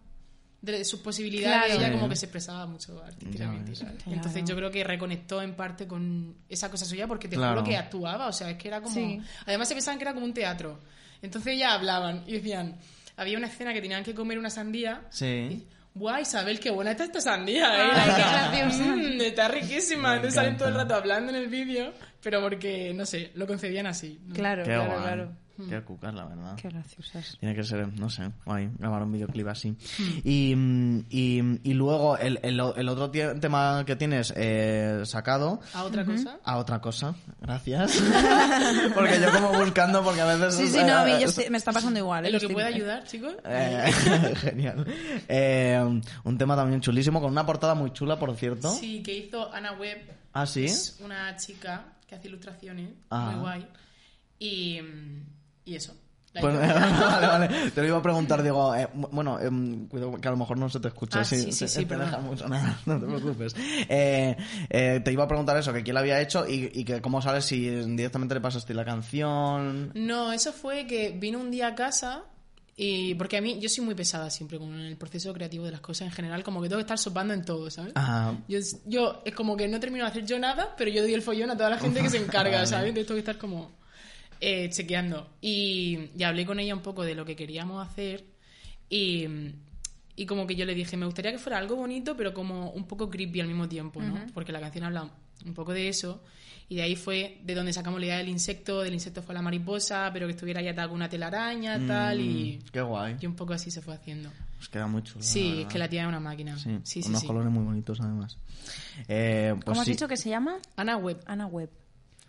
C: de sus posibilidades,
B: Claro.
C: ella
A: Sí.
C: como que se expresaba mucho artísticamente.
A: ves.
C: ¿sabes?
B: Claro.
C: Entonces, yo creo que reconectó en parte con esa cosa suya, porque te
A: Claro.
C: juro que actuaba, o sea, es que era como.
B: Sí.
C: Además, se pensaban que era como un teatro. Entonces, ya hablaban y decían. Había una escena que tenían que comer una sandía.
A: Sí.
C: Guau, Isabel, qué buena está esta sandía, ¿eh?
B: Ay, qué
C: La-
B: graciosa.
C: Mm, está riquísima.
A: Me
C: Entonces salen todo el
A: encanta.
C: rato hablando en el vídeo, pero porque, no sé, lo concebían así. ¿no?
B: Claro,
A: Qué
B: claro,
A: guay.
B: claro.
C: Mm.
A: Qué cucas, la verdad.
B: Qué graciosas.
A: Tiene que ser, no sé, guay, grabar un videoclip así. Y, mm, y, y luego el, el, el otro tie- tema que tienes eh, sacado
C: ¿A otra cosa?
A: a otra cosa.
C: *laughs*
A: Gracias. porque yo como buscando, porque a veces...
B: Sí, sí, no, a mí yo estoy- me está pasando igual. ¿eh?
C: ¿En lo que
B: Estoy-
C: pueda ayudar, chicos?
A: Eh, *laughs* genial. Eh, un tema también chulísimo, con una portada muy chula, por cierto.
C: Sí, que hizo Ana Webb,
A: Ah, sí.
C: es una chica que hace ilustraciones,
A: Ah.
C: muy guay. Y, y eso. La
A: Pues, *laughs*
C: historia.
A: vale, vale. Te lo iba a preguntar, digo, eh, mu- bueno, em, cuidado que a lo mejor no se te escucha.
C: Ah, sí, sí,
A: te-
C: sí,
A: te
C: perdón.
A: deja mucho, *laughs* nada, no te preocupes. Eh, eh, te iba a preguntar eso, que quién lo había hecho y, y que cómo sabes si directamente le pasaste la canción.
C: No, eso fue que vino un día a casa y porque a mí yo soy muy pesada siempre con el proceso creativo de las cosas en general, como que tengo que estar sopando en todo, ¿sabes?
A: Ah,
C: Yo, yo es como que no termino de hacer yo nada, pero yo doy el follón a toda la gente que se encarga, ¿sabes? De esto que estar como eh, chequeando. Y, y hablé con ella un poco de lo que queríamos hacer y, y como que yo le dije, me gustaría que fuera algo bonito, pero como un poco creepy al mismo tiempo, ¿no? Porque la canción habla un poco de eso. Y de ahí fue de donde sacamos la idea del insecto, del insecto fue a la mariposa, pero que estuviera ya atada con una telaraña,
A: Mm.
C: tal, y,
A: Qué guay.
C: y un poco así se fue haciendo.
A: Pues queda muy chulo.
C: Sí,
A: verdad.
C: es que la tía es una máquina.
A: Sí,
C: Sí, sí, sí.
A: unos colores muy bonitos además. Eh, pues
B: ¿Cómo has
A: sí.
B: dicho que se llama?
C: Ana Webb.
B: Ana Web.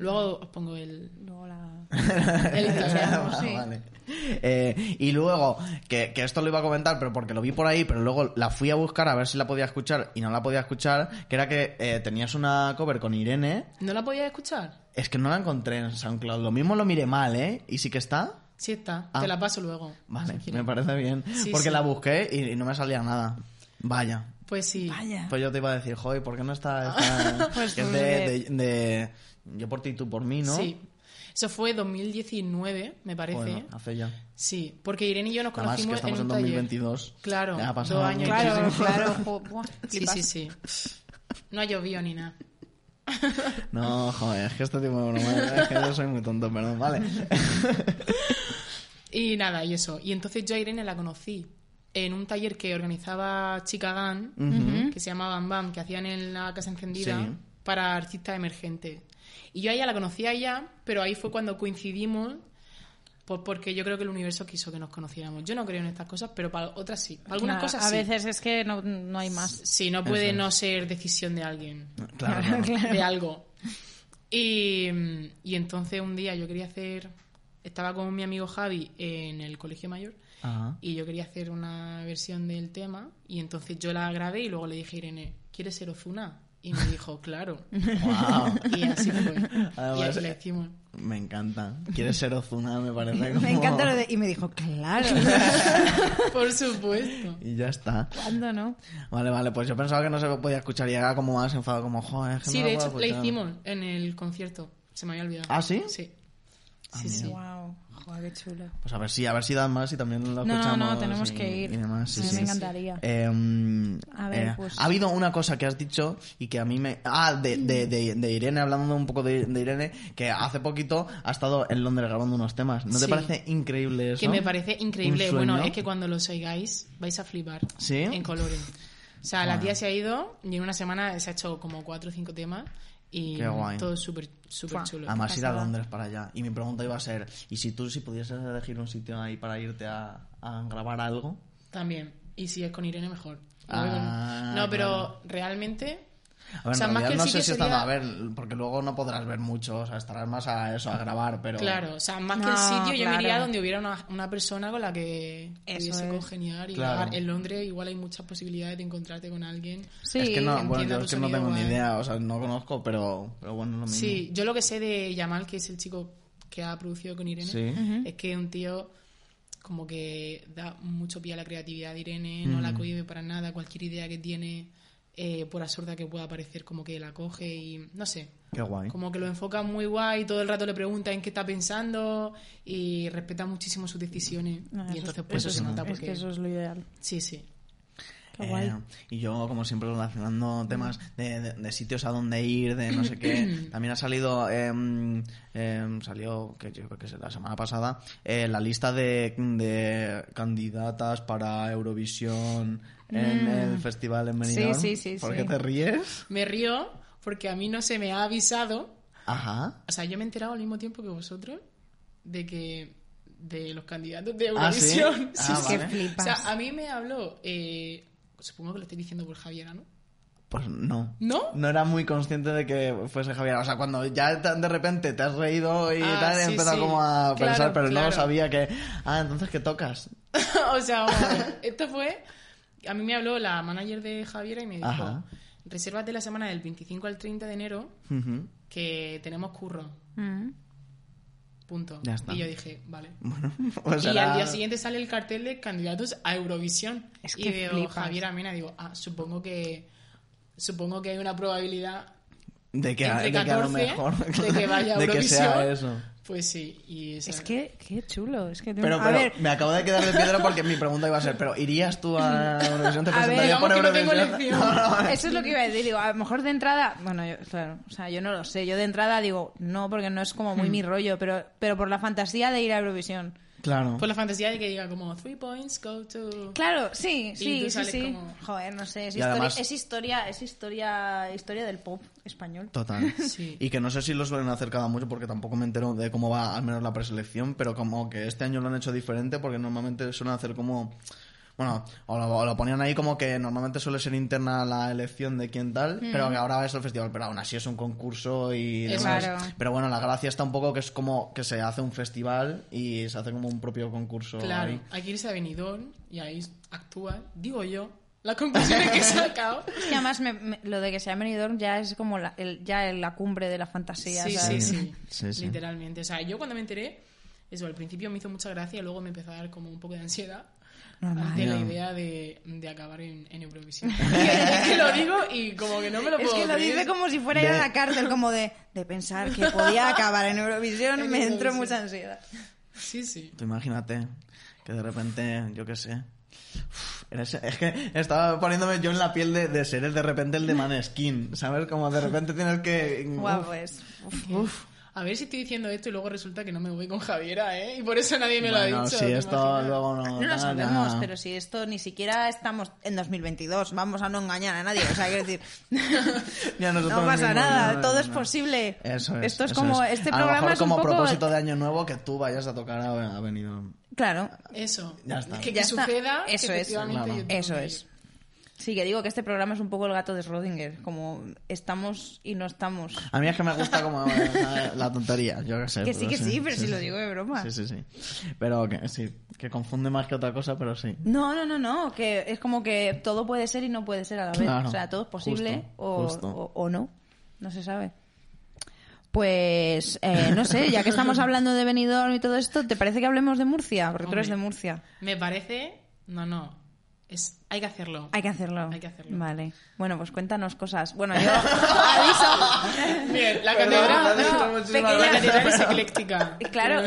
C: Luego os pongo el,
B: Luego la...
A: *laughs*
C: el Instagram.
B: sí.
A: Ah, Vale. Eh, y luego, que, que esto lo iba a comentar, pero porque lo vi por ahí, pero luego la fui a buscar a ver si la podía escuchar y no la podía escuchar, que era que eh, tenías una cover con Irene.
C: ¿No la podías escuchar?
A: Es que no la encontré en SoundCloud. Lo mismo lo miré mal, ¿eh? Y sí que está.
C: Sí está.
A: Ah.
C: Te la paso luego.
A: Vale,
C: si quieres.
A: me parece bien.
C: Sí,
A: porque
C: sí.
A: la busqué y, y no me salía nada. Vaya.
C: Pues sí.
B: Vaya.
A: Pues yo te iba a decir, joder, ¿por qué no está
C: *laughs*
A: esta?
B: Pues
A: que es de, de- de- Yo por ti, tú por mí, ¿no?
C: Sí. Eso fue 2019, me parece.
A: Bueno, hace ya.
C: Sí, porque Irene y yo nos
A: Nada más que
C: conocimos
A: estamos
C: en
A: en
C: un
A: 2022.
C: Claro,
A: Ya ha
C: dos
A: pasado
C: años.
B: Claro,
A: muchísimo.
B: claro. jo- buah,
C: taller.
B: flipas.
C: Sí, sí, sí. No ha llovido ni nada.
A: No, joder, es que este tipo de broma, es que yo soy muy tonto, perdón, vale.
C: Y nada, y eso. Y entonces yo a Irene la conocí en un taller que organizaba Chica Dan,
A: Mm.
C: que se llamaba Bam Bam, que hacían en la Casa Encendida
A: Sí.
C: para artistas emergentes. Y yo a ella la conocía ya, pero ahí fue cuando coincidimos, pues porque yo creo que el universo quiso que nos conociéramos. Yo no creo en estas cosas, pero para otras sí. Para algunas
B: Nah,
C: cosas
B: A
C: sí.
B: veces es que no, no hay más.
C: Sí, no puede no ser decisión de alguien
A: Claro,
B: *laughs*
A: claro.
C: de algo. Y, y entonces un día yo quería hacer. Estaba con mi amigo Javi en el colegio mayor
A: Ajá.
C: y yo quería hacer una versión del tema. Y entonces yo la grabé y luego le dije a Irene, ¿quieres ser Ozuna? Y me dijo, *laughs* claro.
A: Wow.
C: Y así fue. y
A: Además,
C: así le hicimos.
A: Me encanta. Quieres ser Ozuna, me parece. Como...
B: Me encanta lo de... Y me dijo, claro.
A: *laughs*
C: Por supuesto.
A: Y ya está.
B: ¿Cuándo no?
A: Vale, vale, pues yo pensaba que no se podía escuchar y llegaba como más enfadado, como, joder, es que
C: Sí,
A: pues no lo
C: de hecho,
A: puedo
C: la
A: escuchar".
C: hicimos en el concierto. Se me había olvidado.
A: ¿Ah, sí?
C: Sí.
A: Ah,
C: sí,
A: mira.
C: sí.
B: Wow, joder, qué chulo.
A: Pues a ver si, a ver si dan más y también lo
B: No, no,
A: escuchamos.
B: no, tenemos
A: y-
B: que ir.
A: y demás, sí,
B: a mí
A: sí.
B: me encantaría.
A: Eh,
B: A ver,
A: eh,
B: pues-
A: Ha habido una cosa que has dicho y que a mí me... Ah, de, de, de, de Irene, hablando un poco de, de Irene, que hace poquito ha estado en Londres grabando unos temas. ¿No te
C: Sí.
A: parece increíble eso?
C: Que me parece increíble.
A: Un
C: Bueno,
A: sueño.
C: es que cuando los oigáis vais a flipar
A: ¿Sí?
C: en colores. O sea, la tía se ha ido y en una semana se ha hecho como cuatro o cinco temas y
A: Qué guay.
C: todo súper súper
B: Fua.
C: chulo.
A: Además ir a
B: pasada.
A: Londres para allá. Y mi pregunta iba a ser, ¿y si tú si pudieses elegir un sitio ahí para irte a, a grabar algo?
C: También. Y si es con Irene, mejor.
A: Ah,
C: no, pero
A: claro.
C: realmente...
A: A ver,
C: O sea,
A: en
C: más
A: realidad
C: que el
A: no sé
C: sitio
A: si estando a
C: sería-
A: ver, porque luego no podrás ver mucho, o sea, estarás más a eso, a grabar, pero...
C: Claro, o sea, más que
B: No,
C: el sitio, yo me iría
B: claro.
C: donde hubiera una, una persona con la que
B: Eso
C: pudiese
B: es.
C: congeniar. Y
A: Claro.
C: grabar. En Londres igual hay muchas posibilidades de encontrarte con alguien.
B: Sí,
A: es que no, bueno,
C: entiendo
A: yo
C: tu
A: es que no
C: sonido,
A: tengo ni
C: guay.
A: idea, o sea, no conozco, pero, pero bueno, es lo mismo.
C: Sí, yo lo que sé de Yamal, que es el chico que ha producido con Irene, ¿Mm?
A: Sí.
C: es que es un tío como que da mucho pie a la creatividad de Irene, no
A: Mm.
C: la cohíbe para nada, cualquier idea que tiene, eh, por absurda que pueda parecer, como que la coge y no sé,
A: Qué guay.
C: como que lo enfoca muy guay, todo el rato le pregunta en qué está pensando y respeta muchísimo sus decisiones.
B: No, eso
C: y entonces
B: es-
C: pues
A: eso
C: eso
A: sí,
C: se nota
B: Es
C: porque...
B: que eso es lo ideal.
C: Sí, sí.
B: Qué
A: Eh,
B: guay.
A: y yo, como siempre, relacionando temas de, de- de sitios a dónde ir, de no sé
B: *clears throat*
A: qué. También ha salido, em, em, salió, que yo creo que es la semana pasada, eh, la lista de, de candidatas para Eurovisión en el festival en Benidorm.
B: Mm. Sí, sí, sí,
A: ¿Por
B: sí.
A: qué te ríes?
C: Me río porque a mí no se me ha avisado
A: Ajá.
C: O sea, yo me he enterado al mismo tiempo que vosotros de que de los candidatos de
A: Ah, ¿sí?
C: Eurovisión.
A: Ah,
C: *laughs* Sí, sí.
A: vale.
B: Qué flipas.
C: O sea, a mí me habló, eh, supongo que lo estoy diciendo por Javier, ¿no?
A: Pues no.
C: ¿No?
A: No era muy consciente de que fuese Javier. O sea, cuando ya te- de repente te has reído y
C: Ah,
A: tal, he
C: sí,
A: empezado
C: sí.
A: como a
C: Claro,
A: pensar, pero no
C: claro.
A: sabía que. Ah, entonces que tocas.
C: *laughs*
A: *laughs*
C: o sea, vamos a ver, esto fue... A mí me habló la manager de Javier y me dijo,
A: Ajá.
C: resérvate la semana del 25 al 30 de enero
A: Ujú. ah,
C: que tenemos curro.
B: Mm.
C: Punto.
A: Ya está.
C: Y yo dije, vale.
A: Bueno, pues
C: y
A: era-
C: al día siguiente sale el cartel de candidatos a Eurovisión.
B: Es
C: y
B: que
C: veo
B: flipas.
C: Javier Amena digo, ah, supongo que supongo que hay una probabilidad,
A: De que,
C: entre
A: de que a lo
C: 14,
A: mejor.
C: de que vaya a
A: de que sea
C: Eurovisión.
A: eso.
C: pues sí, y esa-
B: Es que, qué chulo. Es que tengo-
A: Pero,
B: a
A: pero
B: ver,
A: me acabo de quedar de piedra porque mi pregunta iba a ser, pero ¿irías tú a Eurovisión? ¿Te
B: A ver,
A: presentarías
C: digamos
A: por
C: que no tengo
A: Eurovisión?
C: elección. *laughs*
B: eso es lo que iba a decir. Digo, a lo mejor de entrada, bueno, yo, claro, o sea, yo no lo sé. Yo de entrada digo, no, porque no es como
C: Hmm.
B: muy mi rollo, pero, pero por la fantasía de ir a Eurovisión.
A: *laughs* Claro.
C: por la fantasía de que diga como three points go to
B: Claro, sí, sí,
C: tú
B: sí,
C: sales
B: sí.
C: como-
B: Joder, no sé, es
A: Y
B: historia,
A: además-
B: es historia, es historia, historia del pop español.
A: Total.
C: *laughs* Sí.
A: Y que no sé si lo suelen hacer cada mucho porque tampoco me entero de cómo va al menos la preselección, pero como que este año lo han hecho diferente porque normalmente suelen hacer como... Bueno, o lo, o lo ponían ahí como que normalmente suele ser interna la elección de quién tal, pero que ahora es el festival, pero aún así es un concurso y...
C: Mm. Es
A: demás.
B: Claro.
A: Pero bueno, la gracia está un poco que es como que se hace un festival y se hace como un propio concurso.
C: Claro,
A: ahí.
C: hay que irse a Benidorm y ahí actúa, digo yo, las conclusiones que
B: *laughs*
C: he sacado.
B: Es que además me- me- lo de que sea Benidorm ya es como la, el- ya la cumbre de la fantasía.
C: Sí, sí,
B: ¿sabes?
C: sí,
A: Sí, sí.
C: Literalmente. O sea, yo cuando me enteré, eso al principio me hizo mucha gracia, luego me empezó a dar como un poco de ansiedad
B: Normal.
C: ante la
A: Ya.
C: idea de, de acabar en, en Eurovisión. *laughs* es que lo digo y como que no me lo
B: Es
C: puedo
B: que lo
C: creer.
B: dice como si fuera ir a la cárcel, como de, de pensar que
C: *laughs*
B: podía acabar en Eurovisión,
C: En
B: me entró
C: Eurovisión.
B: mucha ansiedad.
C: Sí, sí.
A: Tú imagínate que de repente, yo qué sé. Uf, era ese- Es que estaba poniéndome yo en la piel de, de ser el de repente el de Maneskin, ¿sabes? Como de repente tienes que...
B: Guau,
A: uf,
B: pues. uf.
C: A ver si estoy diciendo esto y luego resulta que no me voy con Javiera, ¿eh? Y por eso nadie me lo
A: bueno,
C: ha dicho.
A: si
C: ¿te
A: esto
C: imaginas?
A: luego no...
B: No
A: nada.
B: lo sabemos, pero si esto ni siquiera estamos en 2022, vamos a no engañar a nadie. O sea, quiero *laughs* decir,
A: Ya nosotros
B: no pasa
A: mismos,
B: nada,
A: no,
B: todo
A: no,
B: es
A: no.
B: posible.
A: Eso es.
B: Esto es
A: eso
B: como, este
A: A lo
B: programa
A: mejor
B: es un
A: como
B: poco.
A: propósito de año nuevo que tú vayas a tocar a, a Benidorm.
B: Claro,
C: Eso.
A: Ya está.
C: Que, que
B: Ya está.
C: suceda. que
B: Eso es.
C: efectivamente
A: Claro.
C: yo tengo
B: Eso
C: que
B: es.
C: ir.
B: Sí, que digo que este programa es un poco el gato de Schrödinger, como estamos y no estamos.
A: A mí es que me gusta como eh, la tontería, yo qué sé.
B: Que sí,
A: pero
B: que Eh, pues sí, pero si lo digo de broma.
A: Sí, sí, sí. Pero que sí, que confunde más que otra cosa, pero sí.
B: No, no, no, no, que es como que todo puede ser y no puede ser a la vez.
A: Claro,
B: o sea, todo es posible
A: justo,
B: o,
A: justo.
B: o- o no, no se sabe. Pues, eh, no sé, ya que estamos hablando de Benidorm y todo esto, ¿te parece que hablemos de Murcia? Porque tú eres de
C: Hombre.
B: Murcia.
C: Me parece. No, no. Es... Hay que hacerlo. *laughs*
B: Hay que hacerlo.
C: Hay que hacerlo.
B: Vale. Bueno, pues cuéntanos cosas. Bueno, *laughs* yo aviso.
C: Bien, la
A: Perdón,
C: catedral.
A: lo has dicho
B: no,
A: muchísimas
B: pequeña-
C: La
A: veces,
C: catedral es
A: pero-
C: ecléctica.
B: Claro,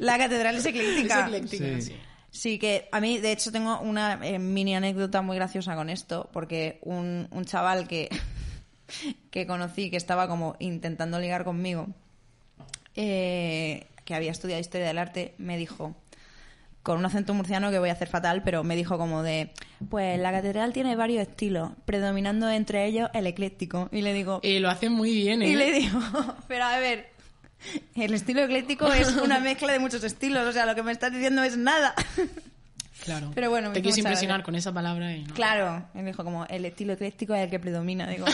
B: la catedral es
C: Es
B: ecléctica.
C: ecléctica,
A: Sí.
C: sí.
B: Sí, que a mí, de hecho, tengo una eh, mini anécdota muy graciosa con esto, porque un, un chaval que, *laughs* que conocí, que estaba como intentando ligar conmigo, eh, que había estudiado historia del arte, me dijo, con un acento murciano que voy a hacer fatal, pero me dijo como de, pues la catedral tiene varios estilos, predominando entre ellos el ecléctico. Y le digo,
C: Eh, lo hacen muy bien, ¿eh?
B: y le digo, *laughs* pero a ver, el estilo ecléctico es una mezcla de muchos estilos, o sea, lo que me estás diciendo es nada. *laughs*
C: Claro.
B: Pero bueno, me
C: Te
B: hizo
C: quise
B: mucha
C: impresionar
B: gracia.
C: con esa palabra y no.
B: Claro, él dijo como, el estilo ecléctico es el que predomina,
C: *laughs*
B: digo.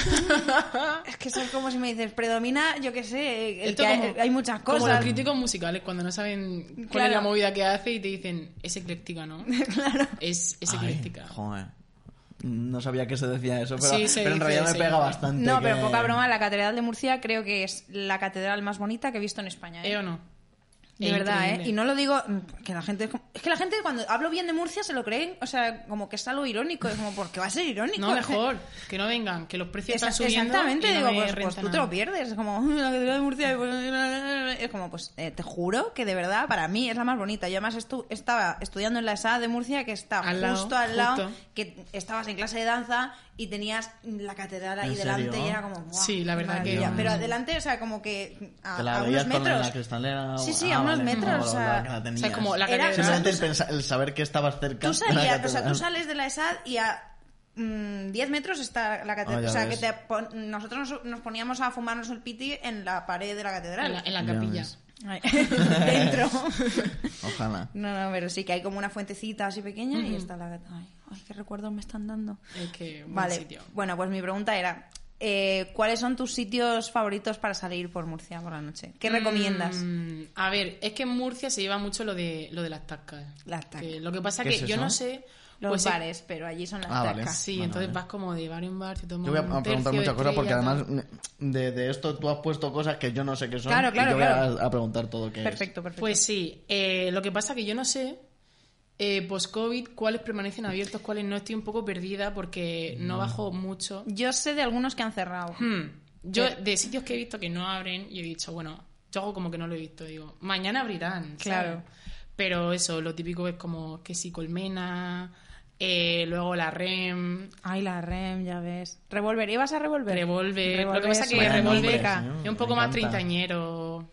B: es que eso es como si me dices, predomina, yo qué sé, el
C: Esto
B: que
C: como-
B: hay, hay muchas
C: Como los
B: cosas.
C: críticos musicales, cuando no saben cuál
B: Claro.
C: es la movida que hace y te dicen, es ecléctica, ¿no?
B: *laughs* claro.
C: Es, es
A: Ay,
C: ecléctica.
A: joder. No sabía que se decía eso, pero,
C: Sí, se
A: pero en
C: dice,
A: realidad me
C: se
A: pega
C: dice.
A: bastante.
B: No, pero
A: que-
B: poca broma, la Catedral de Murcia creo que es la catedral más bonita que he visto en España. ¿eh?
C: ¿Eh o no?
B: De
C: Es
B: verdad, ¿eh?
C: increíble.
B: Y no lo digo mm, que la gente... Es, como- es que la gente cuando hablo bien de Murcia se lo creen, o sea, como que es algo irónico. Es como, ¿por qué va a ser irónico?
C: No, mejor. Que no vengan, que los precios están
B: Esa-
C: subiendo.
B: Exactamente,
C: y no
B: digo,
C: me
B: pues, pues
C: renta
B: tú te lo
C: nada.
B: pierdes. Es como, "Uy, la catedral de Murcia. y pues, es como, pues eh, te juro que de verdad para mí es la más bonita. Yo además estu- estaba estudiando en la ESA de Murcia, que está
C: Al lado,
B: justo al lado,
C: justo.
B: que estabas en clase de danza y tenías la catedral ahí
A: ¿En
B: delante
A: serio?
B: y era como, "Buah,
C: Sí, la
B: qué
C: verdad que-
B: maravilla".
A: Dios.
B: Pero adelante, o sea, como que a,
A: Te la
B: a
A: veías
B: unos
A: con
B: metros.
A: la cristalera.
B: Sí, sí,
A: Ah,
B: a unos
A: vale,
B: metros.
A: no,
B: o
A: la-
B: sea,
A: la que la
C: O sea,
A: tenías.
C: como la
B: Era-
C: catedral.
A: Simplemente el, pensa- el saber que estabas cerca.
B: Tú
A: de la
B: salías, o sea, tú
A: catedral.
B: sales de la ESAD y a mm, 10 metros está la
A: Ah,
B: catedral.
A: ya
B: o sea,
A: ves.
B: que te pon- nosotros nos, nos poníamos a fumarnos el piti en la pared de la
C: En la,
B: catedral.
C: en la
A: Ya
C: capilla.
A: ves.
B: Ay, *laughs* Dentro.
A: Ojalá.
B: No, no, pero sí que hay como una fuentecita así pequeña y está la catedral. Ay, ay, qué recuerdos me están dando.
C: Es que buen
B: vale,
C: sitio.
B: bueno, pues mi pregunta era... eh, ¿Cuáles son tus sitios favoritos para salir por Murcia por la noche? ¿Qué recomiendas?
C: Mm, a ver, es que en Murcia se lleva mucho lo de, lo de las tascas.
B: Las tascas.
C: Que lo que pasa
A: ¿Qué
C: que
A: es
C: yo
A: eso?
C: no sé.
B: los
C: Pues sí.
B: bares, pero allí son las
A: Ah, vale.
B: tacas.
C: Sí,
A: Vale,
C: entonces
A: vale.
C: vas como de bar en bar, te tomas
A: Yo voy a,
C: un
A: a preguntar
C: Mm, tercio de
A: muchas cosas porque
C: estrella,
A: además de, de esto tú has puesto cosas que yo no sé qué son.
B: Claro,
A: y
B: claro,
A: yo voy a-
B: claro.
A: a, preguntar todo qué
B: Perfecto, perfecto.
C: Pues sí, eh, lo que pasa que yo no sé, eh, post-COVID, cuáles permanecen abiertos, cuáles no. Estoy un poco perdida porque no bajo mucho.
B: Yo sé de algunos que han cerrado.
C: Hmm, Yo, de sitios que he visto que no abren, yo he dicho, bueno, yo hago como que no lo he visto. Digo, mañana abrirán. ¿sabes?
B: Claro.
C: Pero eso, lo típico es como que sí, Colmena, eh, luego la REM,
B: Ay, la REM, ya ves. Revolver, ¿ibas a revolver?
C: Revolver. Lo que
B: Revolver
C: pasa
B: es
C: que
B: una
A: Buen
C: Revolver
A: nombre, señor,
C: es un
A: me
C: poco más
A: encanta.
C: treintañero.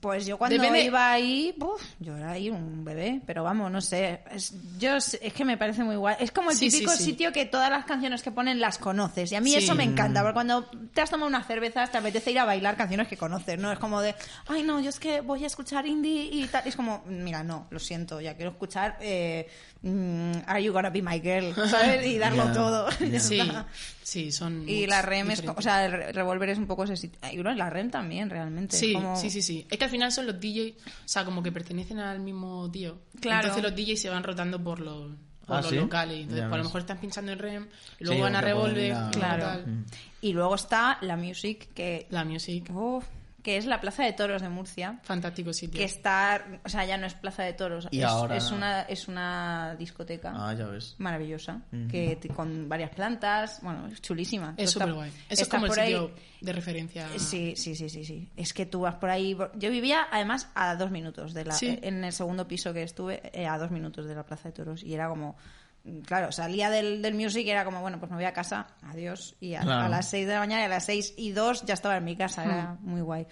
B: Pues yo cuando
C: Depende-
B: iba ahí, buf, yo era ahí un bebé, pero vamos, no sé. Es, yo es es que me parece muy guay. Es como el
C: Sí, sí,
B: típico
C: sí.
B: sitio que todas las canciones que ponen las conoces. Y a mí
C: Sí. Mm.
B: eso me encanta, porque cuando te has tomado unas cervezas te apetece ir a bailar canciones que conoces, ¿no? Es como de, ay no, yo es que voy a escuchar indie y tal. Y es como, mira, no, lo siento, ya quiero escuchar eh, mm, Are You Gonna Be My Girl, ¿sabes? Y darlo
A: Ya,
B: todo. *laughs*
A: ya.
B: Ya
C: Sí,
B: está.
C: sí, son.
B: Y
C: moods
B: la REM es, co- o
C: diferentes.
B: sea, el re- Revolver es un poco ese sitio. Y bueno, la REM también, realmente. es
C: Sí,
B: como-
C: sí, sí, sí. Es que al final son los DJs, o sea, como que pertenecen al mismo tío.
B: Claro.
C: Entonces los DJs se van rotando por los, por
A: Ah,
C: los
A: ¿sí?
C: locales. Entonces,
A: Ya
C: por lo
A: ves.
C: mejor están pinchando en REM, y luego
A: Sí,
C: van a
A: aunque pueden
C: Revolver,
A: ir a-
B: Claro.
C: tal.
A: Mm.
B: Y luego está la Music, que,
C: La Music,
B: uf, que es la Plaza de Toros de Murcia.
C: fantástico sitio.
B: Que está, o sea, ya no es Plaza de Toros,
A: Y
B: es,
A: ahora-
B: es una, es una discoteca
A: Ah, ya ves.
B: maravillosa, que t- con varias plantas, bueno, es chulísima. Tú
C: es
B: estás-
C: súper guay. Eso es
B: estás
C: como el
B: por ahí-
C: sitio de referencia.
B: Sí, sí, sí, sí, sí. Es que tú vas por ahí. por- Yo vivía además a dos minutos de la,
C: Sí.
B: en el segundo piso que estuve eh, a dos minutos de la Plaza de Toros y era como, mm, claro, salía del, del music y era como, bueno, pues me voy a casa, adiós y a,
A: Claro. Hmm.
B: a las seis de la mañana y a las seis y dos ya estaba en mi casa, era muy guay.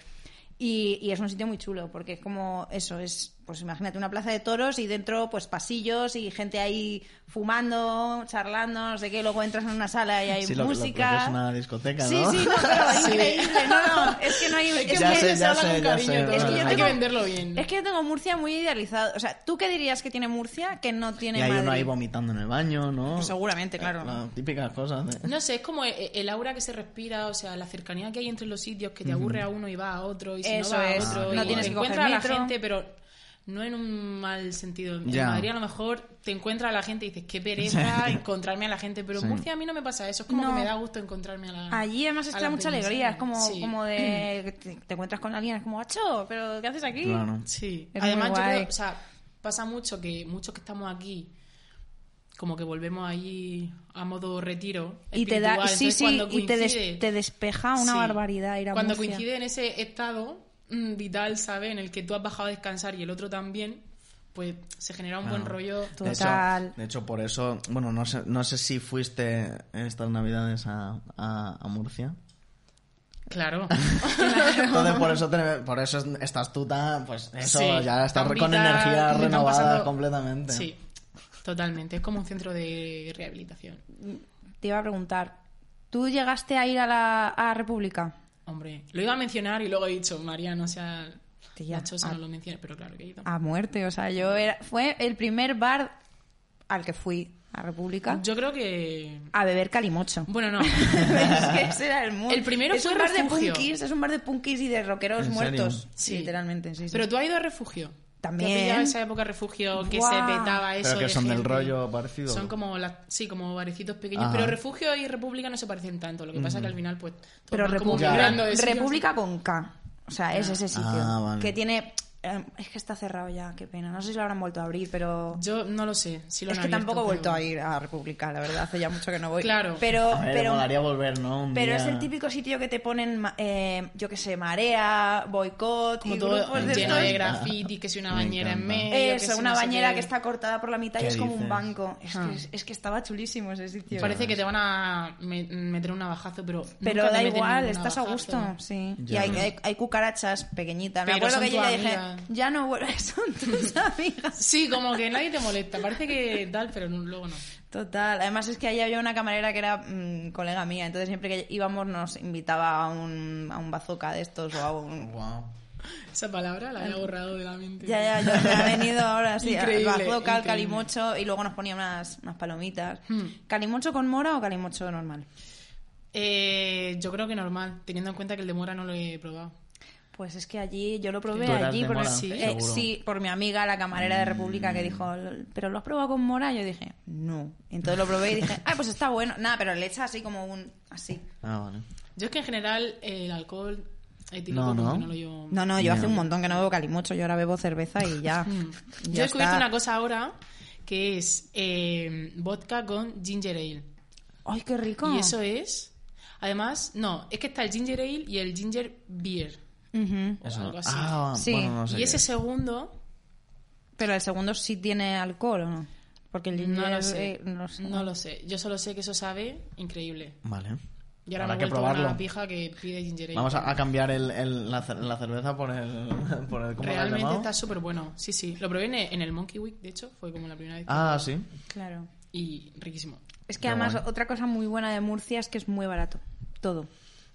B: Y, y es un sitio muy chulo porque es como eso es pues imagínate una plaza de toros y dentro pues pasillos y gente ahí fumando charlando no sé qué luego entras en una sala y hay
A: Sí, lo- lo- lo que
B: música
A: es una discoteca,
B: Sí,
A: ¿no?
B: sí, no, pero es increíble. No, no, es que no hay. Es
A: Ya
B: que,
A: sé, ya
C: habla
A: sé,
C: con
A: ya
C: cariño
A: sé.
C: todo.
A: es
B: es que yo
C: Hay que
B: tengo-
C: venderlo bien.
B: Es que yo tengo Murcia muy idealizado. O sea, ¿tú qué dirías que tiene Murcia que no
A: *laughs*
B: tiene
A: Y hay
B: Madrid?
A: uno ahí vomitando en el baño, ¿no?
B: Pues seguramente, claro.
A: Las típicas cosas. ¿eh?
C: No sé, es como e- el aura que se respira, o sea, la cercanía que hay entre los sitios, que te aburre a uno y va a otro, y si
B: Eso
C: no va
B: es.
C: a otro,
B: No
C: y
B: tienes
C: te
B: que coger
C: encuentras a la
B: metro.
C: gente, pero no en un mal sentido. En
A: Ya.
C: Madrid a lo mejor te encuentras a la gente y dices, qué
A: *laughs*
C: pereza encontrarme a la gente, pero en
A: Sí.
C: Murcia a mí no me pasa eso, es como
B: No.
C: que me da gusto encontrarme a la
B: Allí además
C: a
B: está
C: la
B: mucha alegría, es como,
C: Sí.
B: como
C: *clears throat*
B: de que te, te encuentras con alguien, es como, ¡acho! ¿Pero qué haces aquí?
A: Claro.
C: Sí,
B: Es muy
C: además yo
B: guay.
C: creo, o sea, pasa mucho que muchos que estamos aquí como que volvemos allí a modo retiro
B: Y te da,
C: espiritual,
B: sí,
C: entonces
B: sí,
C: cuando
B: y te, des-
C: coincide-
B: te despeja una
C: Sí.
B: barbaridad ir a
C: Cuando
B: Murcia.
C: coincide en ese estado mm, vital, ¿sabes? En el que tú has bajado a descansar y el otro también, pues se genera un buen
A: Claro.
C: rollo.
B: Tú-
A: De hecho- De
B: Total.
A: hecho, por eso, bueno, no sé, no sé si fuiste estas navidades a, a- a
C: *laughs*
A: Murcia.
C: Claro.
A: Entonces, por eso, te- por eso estás tú tan, pues eso,
C: Sí,
A: ya estás
C: tan
A: con
C: vital, te
A: energía
C: están
A: renovada
C: pasando-
A: completamente.
C: sí, totalmente. Es como un centro de rehabilitación.
B: Te iba a preguntar, ¿tú llegaste a ir a la a República?
C: Hombre, lo iba a mencionar y luego he dicho, María, no sea...
B: Tía,
C: Nacho,
B: a-
C: no lo menciones, pero claro que he ido.
B: A muerte, o sea, yo era, fue el primer bar al que fui a República
C: Yo creo que...
B: a beber calimocho. *laughs*
C: Bueno, no.
B: es que ese era el mood.
C: El primero
B: es
C: fue
B: un bar de
C: Refugio.
B: punkis, es un bar de punkis y de rockeros
A: ¿En serio?
B: muertos,
C: Sí.
B: literalmente, sí, sí.
C: Pero tú has ido a refugio.
B: También.
C: ¿Te has pillado esa época refugio que
B: Guau.
C: se petaba eso?
A: Pero que
C: de
A: son del
C: gente?
A: rollo parecido.
C: Son como la- sí, como barecitos pequeños,
A: Ajá.
C: pero Refugio y República no se parecen tanto. Lo que pasa es que al final, pues, todos
B: Pero
C: van como
B: República,
C: migrando de sitios.
B: República con K. O sea, es ese sitio
A: Ah, vale.
B: que tiene eh, es que está cerrado ya, qué pena. No sé si lo habrán vuelto a abrir, pero
C: Yo no lo sé. Si lo
B: es
C: han
B: que
C: abierto,
B: tampoco he vuelto
C: pero-
B: a ir a República, la verdad, hace ya mucho que no voy.
C: Claro.
B: Pero
A: A ver,
B: pero
A: molaría volver, ¿no? Un
B: Pero
A: día-
B: es el típico sitio que te ponen, ma- eh, yo qué sé, marea, boicot,
C: Como
B: y
C: todo
B: grupos de
C: lleno
B: estos.
C: de graffiti, que si una
A: Me
C: bañera en
A: encanta.
C: medio. que
B: Eso,
C: si
B: una
C: no sé
B: bañera
C: qué.
B: que está cortada por la mitad y
A: ¿Qué
B: es como un
A: dices?
B: banco. Es,
C: Ah.
B: que, es- es que estaba chulísimo ese sitio.
C: Parece que te van a me- meter un navajazo, pero.
B: pero
C: nunca te
B: da
C: meten
B: igual,
C: ningún
B: estás a
C: navajazo.
B: gusto, sí. Y
A: Ya.
B: hay, hay- hay cucarachas pequeñitas. Me
C: Pero
B: acuerdo
C: son
B: que yo
C: tu
B: le dije,
C: amiga.
B: ya no vuelves, *laughs* son tus amigas.
C: Sí, como que nadie te molesta. Parece que tal, pero no- luego no.
B: Total, además es que ahí había una camarera que era mm, colega mía, entonces siempre que íbamos nos invitaba a un, a un bazooka de estos o a un,
A: Guau.
C: Esa palabra la había borrado de la mente.
B: Ya, ya, ya me ha venido ahora, sí.
C: Increíble,
B: Bazooka, el
C: increíble. Hmm.
B: calimocho y luego nos ponía unas, unas palomitas. ¿Calimocho con mora o calimocho normal?
C: Eh, yo creo que normal, teniendo en cuenta que el de Mora no lo he probado.
B: Pues es que allí, yo lo probé
A: Tú eras
B: allí
A: de
B: por,
A: Mora,
B: sí,
A: seguro.
B: eh, Mm. sí, por mi amiga, la camarera de República, que dijo, ¿pero lo has probado con Mora? Yo dije, no. Entonces lo probé y *laughs* dije, ah, pues está bueno. Nada, pero le echas así como un. así.
A: Ah, vale.
C: Yo es que en general eh, el alcohol etílico
A: No,
C: como
A: no.
C: que no lo llevo.
B: No, no, yo
A: No.
B: hace un montón que no bebo calimocho, yo ahora bebo cerveza y *laughs* ya.
C: Mm. Yo he descubierto una cosa ahora que es eh, vodka con ginger ale.
B: ¡Ay, qué rico!
C: Y eso es. Además, no, es que está el ginger ale y el ginger beer.
B: Ujú.
C: o
A: Eso no.
C: algo así.
A: Ah,
B: Sí.
A: bueno, no sé.
C: y
A: qué
C: ese
A: es.
C: segundo
B: Pero el segundo sí tiene alcohol, ¿o no? Porque el
C: No
B: ginger,
C: lo sé.
B: eh, no sé.
C: No lo sé. Yo solo sé que eso sabe increíble.
A: Vale.
C: Y ahora
A: Habrá
C: me he
A: que
C: vuelto
A: probarlo.
C: una pija que pide ginger ale.
A: Vamos a, a cambiar el, el- la, cer- la cerveza por el. *laughs* Por el ¿Cómo lo has
C: Realmente
A: llamado?
C: está súper bueno. Sí, sí. Lo probé en el, en el Monkey Week, de hecho. Fue como la primera vez. que-
A: Ah, sí.
B: Claro.
C: Y riquísimo.
B: Es que
A: Qué
B: además
A: guay.
B: otra cosa muy buena de Murcia es que es muy barato. Todo.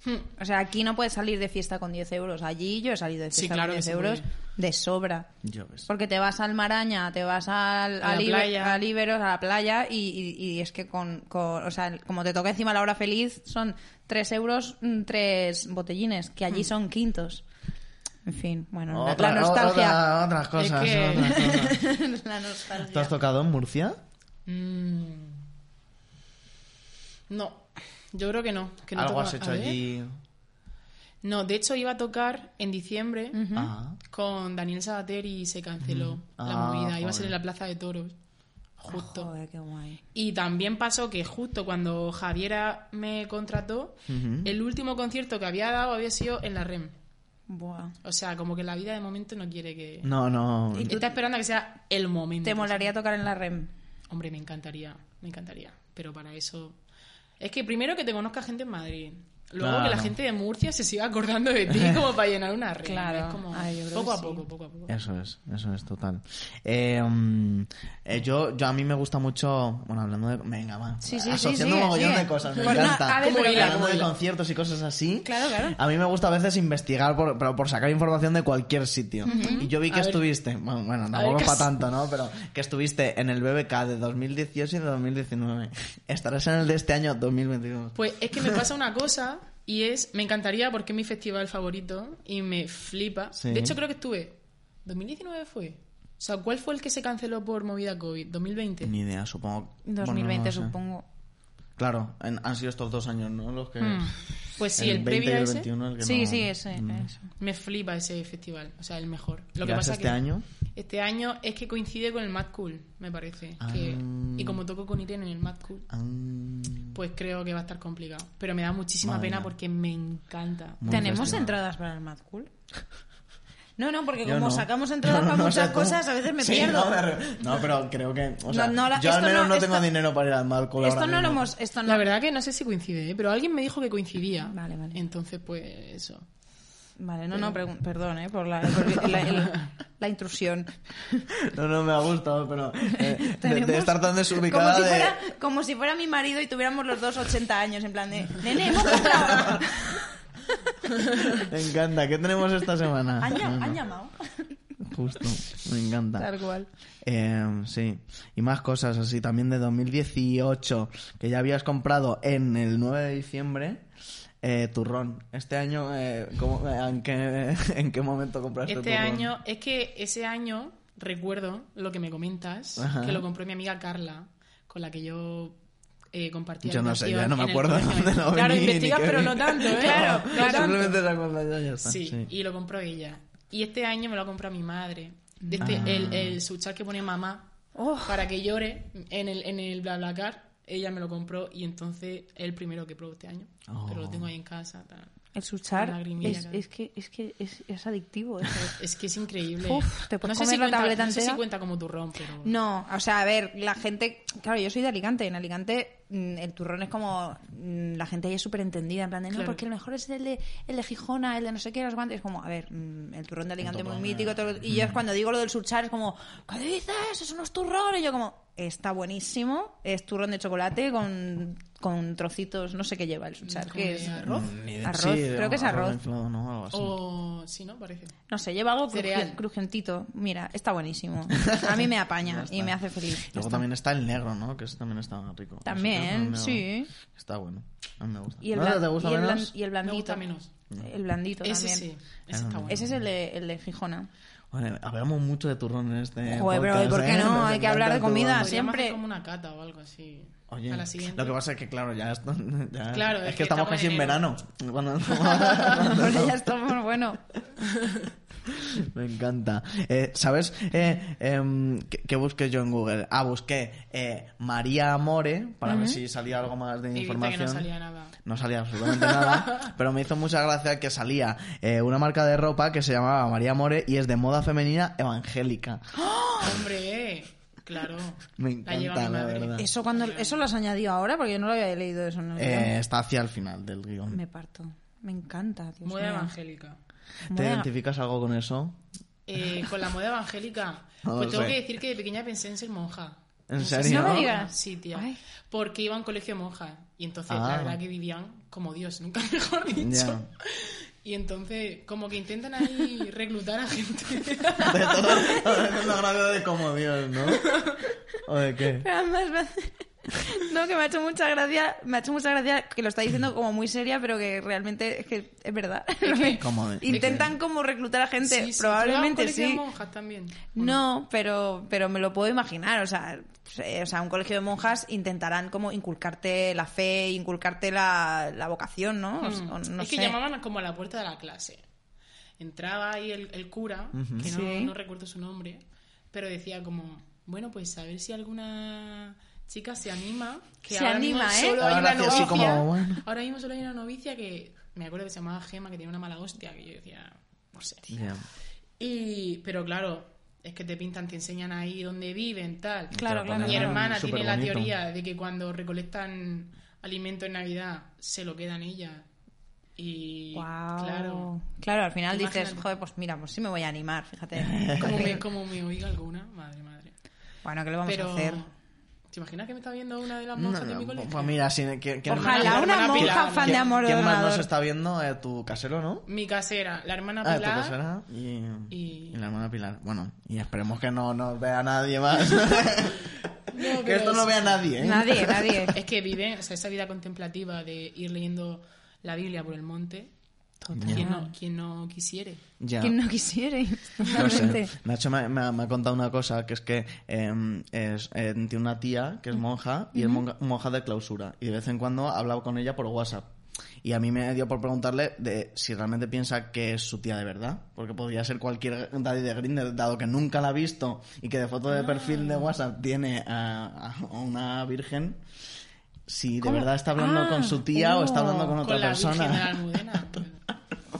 C: Hmm.
B: O sea, aquí no puedes salir de fiesta con 10 euros. Allí yo he salido de
C: Sí,
B: fiesta
C: claro
B: con
C: que
B: 10
C: se
B: euros
C: puede.
B: de sobra.
A: Yo ves.
B: Porque te vas al Maraña, te vas al,
C: A la
B: al Ibe-
C: playa.
B: al Iberos, a la playa y, y- y es que con, con- O sea, como te toca encima la hora feliz, son 3 euros, mm, tres botellines, que allí son quintos. En fin, bueno, la-
A: Otra-
B: la nostalgia.
A: otra- otras cosas.
C: que-
A: otras cosas.
B: *laughs* la nostalgia.
A: ¿Te has tocado en Murcia?
C: Mm. No. Yo creo que no. Que no
A: ¿Algo
C: toca-
A: has
C: a
A: hecho
C: ver.
A: allí?
C: No, de hecho iba a tocar en diciembre
A: Ah.
C: con Daniel Sabater y se canceló la
A: Ah,
C: movida. Iba a ser
A: joder.
C: en la Plaza de Toros. Justo.
B: Joder, qué guay.
C: Y también pasó que justo cuando Javiera me contrató,
A: Ujú.
C: el último concierto que había dado había sido en la REM.
B: Buah.
C: O sea, como que la vida de momento no quiere que...
A: No, no.
C: Y tú estás esperando a que sea el momento.
B: ¿Te molaría tocar en la REM?
C: Hombre, me encantaría, me encantaría. Pero para eso... Es que primero que te conozca gente en Madrid. Luego
A: Claro.
C: que la gente de Murcia se siga acordando
A: *laughs*
C: de ti como para llenar una REM.
B: Claro.
C: Es como
B: Ay, yo creo
C: poco a
B: que sí.
C: poco, poco a poco.
A: Eso es, eso es total. Eh, mm, eh, yo, yo a mí me gusta mucho, bueno, hablando de... Venga, va.
B: Sí, sí, sí,
A: Asociando
B: sigue,
A: un mogollón
B: sigue.
A: de cosas, me
B: Pues no,
A: encanta.
B: a ver,
A: Como
B: pero-
A: ir hablando
C: ¿cómo
A: de
C: hila?
A: conciertos y cosas así.
B: Claro, claro.
A: A mí me gusta a veces investigar, por, pero por sacar información de cualquier sitio. Y yo vi que
C: A ver.
A: estuviste, bueno, bueno
C: ver,
A: tampoco
C: ¿qué
A: para
C: has-
A: tanto, ¿no? Pero que estuviste en el BBK de 2018 y de 2019. Estarás en el de este año 2022.
C: Pues es que me pasa una cosa y es, me encantaría porque es mi festival favorito y me flipa.
A: Sí.
C: De hecho creo que estuve, 2019 fue. O sea, ¿cuál fue el que se canceló por movida COVID? 2020.
A: Ni idea, supongo. bueno,
B: 2020,
A: no lo sé.
B: supongo.
A: Claro, en- han sido estos dos años, ¿no? Los que...
B: Hmm.
C: Pues sí,
A: 20
C: el,
A: y
C: previo a
A: el
C: ese
A: 21, el que
B: Sí,
A: no- Mm.
B: sí, ese, eso.
C: me flipa ese festival, o sea, el mejor. Lo
A: ¿Y
C: que
A: hace
C: pasa
A: este
C: que
A: año?
C: este año es que coincide con el Mad Cool, me parece,
A: Ah.
C: que- y como toco con Irene en el Mad Cool,
A: Ah,
C: pues creo que va a estar complicado, pero me da muchísima
A: Madre
C: pena
A: mía.
C: porque me encanta.
A: Muy
B: ¿Tenemos
A: festival.
B: entradas para el Mad
A: *laughs*
B: Cool? No, no, porque
A: Yo
B: como
A: no. *laughs*
B: sacamos entradas
A: No,
B: para
A: no sé
B: muchas
A: cómo.
B: cosas, a veces me
A: Sí,
B: pierdo.
A: No, de re- no, pero creo que. O sea,
B: No, no, la-
A: yo al
B: esto
A: menos no,
B: no,
A: tengo
B: esto-
A: dinero para ir al Marco.
B: esto no lo hemos... Esto no,
C: La verdad que no sé si coincide, ¿eh? pero alguien me dijo que coincidía.
B: Vale, vale.
C: Entonces, pues eso.
B: Vale, no, no, pregun- perdón, ¿eh? Por la, por la- el-
A: *laughs*
B: la intrusión.
A: No, no me ha gustado, pero.
B: *laughs*
A: eh, de- de,
B: Tenemos-
A: estar tan desubicada.
B: Como si,
A: de-
B: fuera, como si fuera mi marido y tuviéramos los dos 80 años, en plan de...
A: *laughs*
B: ¡Nene, hemos comprado!
A: Me encanta. ¿Qué tenemos esta semana?
B: ¿Han, llam-
A: Bueno,
B: han llamado?
A: Justo. Me encanta.
B: Tal cual.
A: Eh, sí, y más cosas así también de 2018 que ya habías comprado en el 9 de diciembre. Eh, turrón. Este año, eh, ¿cómo- eh, en, qué, *laughs* ¿en qué momento compraste
C: Este
A: turrón? *laughs*
C: año, es que ese año recuerdo lo que me comentas,
A: Ajá.
C: que lo compró mi amiga Carla, con la que yo eh, compartía.
A: Yo no sé,
C: habitación
A: ya no me
C: en el
A: acuerdo
C: colegio.
A: dónde lo
C: Claro,
A: vi, ni
C: investigas,
A: qué
C: pero
A: vi.
C: no tanto, ¿eh?
A: Claro,
C: No tanto.
A: Simplemente se acuerda ya, ya está.
C: Sí, y lo compró ella. Y este año me lo compró mi madre. De este-
A: Ah.
C: el, el suchar que pone mamá
B: Oh.
C: para que llore en el, en el BlaBlaCar, ella me lo compró y entonces es el primero que probó este año.
A: Oh.
C: Pero lo tengo ahí en casa. tal.
B: El suchar
C: Una lagrimilla,
B: es,
C: claro.
B: es que, es, que es, es adictivo. eso.
C: Es que es increíble.
B: Uf, ¿te puedes
C: no sé si
B: comer la
C: cuenta,
B: tableta
C: no sé si
B: entera?
C: cuenta como turrón, pero...
B: No, o sea, a ver, la gente, claro, yo soy de Alicante, en Alicante mm, el turrón es como, mm, la gente ahí es súper entendida, en plan de, no,
C: Claro.
B: porque el mejor es el de, el de Gijona, el de no sé qué, los guantes, es como, a ver, mm, el turrón de Alicante es muy mítico, todo- y yo es cuando digo lo del surchar, es como, ¿qué dices? Es unos turrones, y yo como, está buenísimo, es turrón de chocolate con, con trocitos, no sé qué lleva el suchar.
C: Como
B: ¿Qué
C: de
B: es?
C: arroz.
A: Mm, Ni de-
B: Arroz,
A: sí,
B: creo que es arroz.
A: inflado, ¿no? Algo así.
C: O sí, ¿no? Parece.
B: No sé, lleva algo cruji-
C: Cereal.
B: crujientito. Mira, está buenísimo. A mí me apaña y me hace feliz.
A: Luego también está el negro, ¿no? Que eso también está rico. Ese creo
B: También,
A: que no me-
B: sí.
A: Está bueno. A mí me gusta.
B: Y el,
A: ¿No
B: blan-
A: te gusta
B: y el blan-
A: menos?
B: y el
C: Me
B: blandito.
C: gusta menos.
B: El blandito
C: Ese
B: también.
C: sí.
A: Ah,
C: Ese está bueno.
B: Ese es el de, el
A: *laughs*
B: de Gijona. *laughs*
A: Bueno, hablamos mucho de turrón en este
B: Joder, pero
A: podcast,
B: ¿por qué
A: ¿eh?
B: no?
A: Nos
B: Hay que
A: encanta
B: hablar de
A: el turrón.
B: comida.
C: Podríamos
B: siempre-
C: hacer como una cata o algo así.
A: Oye,
C: a la siguiente.
A: lo que pasa es que, claro, ya esto- *laughs* ya-
C: Claro,
A: es
C: es
A: que,
C: que
A: estamos
C: estamos
A: casi
C: en
A: en verano.
C: *laughs* enero.
A: Cuando-
B: Porque ya estamos, bueno.
A: *laughs* Me encanta. Eh, ¿Sabes eh, em, qué, qué busqué yo en Google? Ah, busqué eh, María More para ver si salía algo más de
C: Y viste que
A: información.
C: no
A: *laughs*
C: salía nada.
A: No salía absolutamente
C: *laughs*
A: nada, pero me hizo mucha gracia que salía eh, una marca de ropa que se llamaba María More y es de moda femenina evangélica.
C: Ah, Hombre, eh, claro.
A: Me
C: la lleva
A: encanta,
C: mi
A: la
C: madre.
A: verdad.
B: Eso cuando eso lo has añadido ahora porque yo no lo había leído eso en el
A: Eh, está hacia el final del
B: guión.
A: guión.
B: Me parto. Me encanta, Dios
C: Moda
B: mío.
C: evangélica.
A: ¿Te
B: Moda-
A: identificas algo con eso?
C: *laughs* Eh, con la moda evangélica.
A: No
C: pues
A: lo
C: tengo
A: sé.
C: que decir que de pequeña pensé en ser monja.
A: ¿En
C: No sé
A: serio?
B: No me
C: si-
B: digas.
C: Sí, tía.
B: Ay.
C: Porque iba a un colegio de monjas. Y entonces,
A: Ah.
C: la verdad, que vivían como Dios, nunca *laughs* mejor dicho.
A: Ya.
C: Y entonces, como que intentan ahí *laughs* reclutar a gente.
A: De todo, haciendo gracia de como Dios, ¿no? ¿O de qué?
B: *laughs* Pero además me hace- *laughs* No, que me ha hecho mucha gracia, me ha hecho mucha gracia que lo está diciendo como muy seria, pero que realmente es que es verdad. *laughs* Lo que-
A: Como de-
B: Intentan como reclutar a gente,
C: Sí, sí,
B: probablemente
C: tú ibas a un colegio
B: sí.
C: de monjas también.
B: No, pero, pero me lo puedo imaginar. O sea, eh, o sea, un colegio de monjas intentarán como inculcarte la fe, inculcarte la, la vocación, ¿no? O- o no
C: Hmm. Mm. es que
B: sé.
C: llamaban como a la puerta de la clase. Entraba ahí el, el cura, que no,
B: Sí.
C: no recuerdo su nombre, pero decía como, bueno, pues a ver si alguna chica se anima. Que
B: Se
C: ahora mismo
B: anima, ¿eh?
C: Solo hay
A: Ahora
C: una
A: hacía así
C: novicia.
A: como, bueno.
C: Ahora mismo solo hay una novicia que me acuerdo que se llamaba Gema, que tenía una mala hostia, que yo decía, no sé.
A: Ya.
C: Y, pero claro, es que te pintan, te enseñan ahí dónde viven, tal.
B: Claro,
A: Te
B: claro,
A: ponen
C: Mi
B: claro.
C: hermana tiene la
A: superbonito.
C: teoría de que cuando recolectan alimento en Navidad se lo quedan ella. Y
B: Guau.
C: claro,
B: Claro, al final dices,
C: Imagínate.
B: joder, pues mira, pues sí me voy a animar, fíjate.
C: *laughs* como me, como me oiga alguna, madre, madre.
B: *laughs* Bueno, ¿qué le vamos
C: Pero,
B: a hacer?
C: ¿te imaginas que me está viendo una de las
A: No,
C: monjas de mi
A: no,
C: colegio?
A: pues mira, si, ¿quién, quién más-
B: Ojalá
C: hermana-
B: una
C: hermana
B: monja
C: Pilar.
B: fan de
A: ¿quién-
B: amor de
A: ¿Quién más nos
B: ordenador.
A: está viendo? Eh, tu casero, ¿no?
C: Mi casera, la hermana
A: Ah, tu
C: Pilar.
A: casera y,
C: y-
A: y la hermana Pilar. Bueno, y esperemos que no nos vea nadie más.
C: No,
A: *laughs* que
C: pero
A: esto no
C: es-
A: vea nadie, ¿eh?
B: Nadie,
C: *laughs*
B: nadie.
C: Es que viven, o sea, esa vida contemplativa de ir leyendo la Biblia por el monte. ¿Quién no, quién no quisiere?
A: Ya.
B: Quien no quisiere,
A: No sé.
B: totalmente.
A: Nacho me, me ha, me ha contado una cosa, que es que eh, es, eh, tiene una tía que es monja y es monja, monja de clausura. Y de vez en cuando ha hablado con ella por WhatsApp. Y a mí me dio por preguntarle de si realmente piensa que es su tía de verdad. Porque podría ser cualquier daddy de Grindr, dado que nunca la ha visto y que de foto de perfil
B: Ah.
A: de WhatsApp tiene a, a una virgen. Si de verdad está hablando
B: Ah, oh,
A: con su tía o está hablando con
C: Con
A: otra
C: la Virgen de la
A: persona. *laughs*
C: Almudena.
B: ah.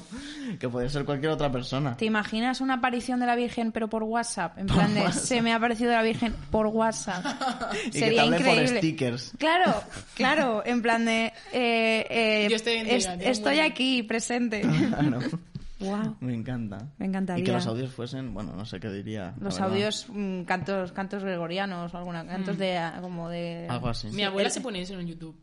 A: Que puede ser cualquier otra persona.
B: ¿Te imaginas una aparición de la Virgen pero por WhatsApp? En plan de, se me ha aparecido la Virgen por WhatsApp.
A: Y que te
B: Sería
A: hable
B: increíble.
A: por stickers.
B: Claro, claro, en plan de, eh, eh,
C: Yo estoy en
B: es-
C: Tailandia,
B: estoy
C: bueno.
B: aquí presente. *laughs*
A: Claro.
B: wow.
A: *laughs* Me encanta.
B: Me encantaría.
A: Y que los audios fuesen, bueno, no sé qué diría. la
B: Los
A: verdad.
B: audios, mm, cantos, cantos gregorianos, o alguna,
C: Mm.
B: cantos de ah, como de
A: Algo así.
C: Mi abuela se pone eso en YouTube.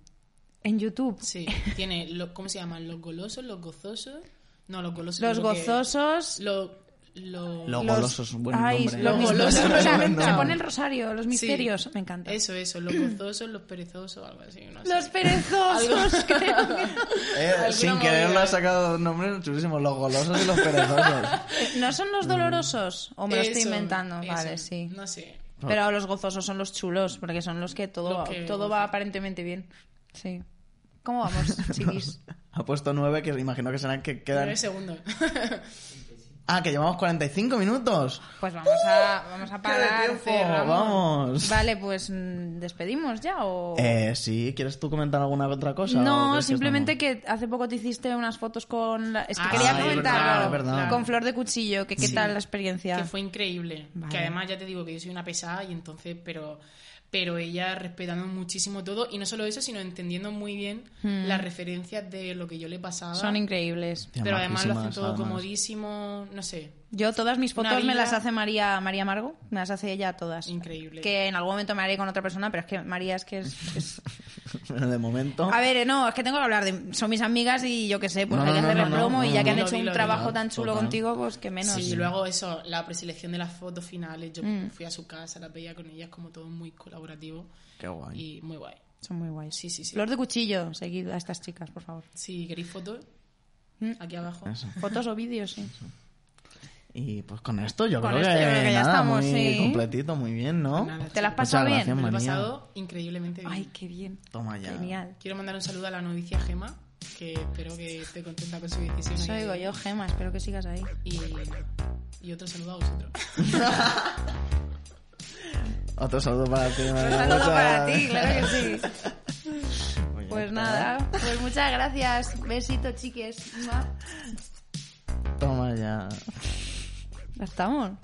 B: en YouTube.
C: Sí, tiene, lo- ¿cómo se llaman? Los golosos, los gozosos. No, los golosos.
B: Los
C: yo creo que-
B: gozosos.
C: Lo, lo-
A: Los golosos, buen
B: ay,
A: nombre.
B: los
C: Los
B: misterios. *laughs*
C: golosos.
B: O sea,
A: Buen
B: se
A: nombre.
B: pone el rosario, los
C: Sí.
B: misterios. Me encanta.
C: Eso, eso, los gozosos, los perezosos, algo así. No sé.
B: Los perezosos, *laughs* creo que- *laughs*
A: Eh,
C: Alguna
A: sin quererlo
C: movida.
A: ha sacado nombres chulísimos, los golosos y los perezosos.
B: Eh, ¿No son
A: Mm.
B: los dolorosos? ¿O me lo estoy
C: Eso,
B: inventando?
C: eso,
B: Vale, sí.
C: No sé.
B: Pero los gozosos son los chulos, porque son los que todo,
C: Los que
B: todo va
C: gozan.
B: aparentemente bien. Sí. ¿Cómo *laughs* vamos, chiquis?
A: ha puesto nueve, que imagino que serán que quedan...
C: Nueve *laughs* segundos.
A: Ah, que llevamos 45 minutos.
B: Pues vamos a, vamos a
A: ¡Qué de
B: parar.
A: tiempo!
B: cerramos.
A: Vamos.
B: Vale, pues mm, despedimos ya o...
A: Eh, sí, ¿quieres tú comentar alguna otra cosa? ¿O
B: No,
A: crees que *laughs*
B: simplemente
A: estamos-
B: que hace poco te hiciste unas fotos con... la- Es que
C: Ah,
B: quería
C: sí, es
B: comentarlo.
A: verdad, es verdad.
B: Con Flor de Cuchillo, que qué tal la experiencia.
C: Que fue increíble.
B: Vale.
C: Que además ya te digo que yo soy una pesada y entonces, pero, pero ella respetando muchísimo todo y no solo eso, sino entendiendo muy bien las referencias de lo que yo le pasaba.
B: Hmm. Son increíbles.
A: Tía,
C: pero además lo hacen
A: majísimas,
C: todo
A: además.
C: comodísimo, no sé.
B: Yo todas mis
C: Una
B: fotos me
C: vida-
B: las hace María María Margo, me las hace ella todas.
C: Increíble.
B: Que en algún momento me haré con otra persona, pero es que María es que es... es-
A: De momento.
B: A ver, eh, no, es que tengo que hablar de... Son mis amigas y yo qué sé, pues
A: No,
B: hay
A: no,
B: que
A: no,
B: hacerle
A: no, no,
B: promo y ya
A: no,
B: que han
C: dilo,
B: hecho
C: dilo,
B: un trabajo
A: dilo,
B: tan chulo
A: total.
B: contigo, pues que menos.
C: Sí, luego eso, la preselección de las fotos finales, yo
B: Mm.
C: fui a su casa, las veía con ellas, como todo muy colaborativo
A: Qué guay.
C: y muy guay.
B: Son muy guays.
C: Sí, sí, sí.
B: Flor de cuchillo, seguid a estas chicas, por favor.
C: Si queréis fotos,
B: Mm.
C: aquí abajo.
A: Eso.
B: Fotos o vídeos, sí.
A: Y pues con esto yo,
B: Con
A: creo,
B: esto
A: que,
B: yo creo que ya
A: nada,
B: estamos,
A: muy
B: sí.
A: completito, muy bien, ¿no?
C: Nada,
B: *laughs* ¿Te las
A: Muchas
B: pasó bien?
A: gracias,
C: Me lo he
A: María.
C: pasado increíblemente bien.
B: Ay, qué bien.
A: Toma ya.
B: Genial.
C: Quiero mandar un saludo a la novicia Gema, que espero que esté contenta con su decisión.
B: Eso
C: y-
B: digo yo, Gema, espero que sigas ahí.
C: Y, y otro saludo a vosotros.
A: Otro saludo para ti, María.
B: Un saludo
A: Muchas-
B: para ti, claro que sí.
A: Pues ya
B: Pues
A: está.
B: nada, pues muchas gracias. Besito, chiques. Mua.
A: Toma ya.
B: Ya estamos.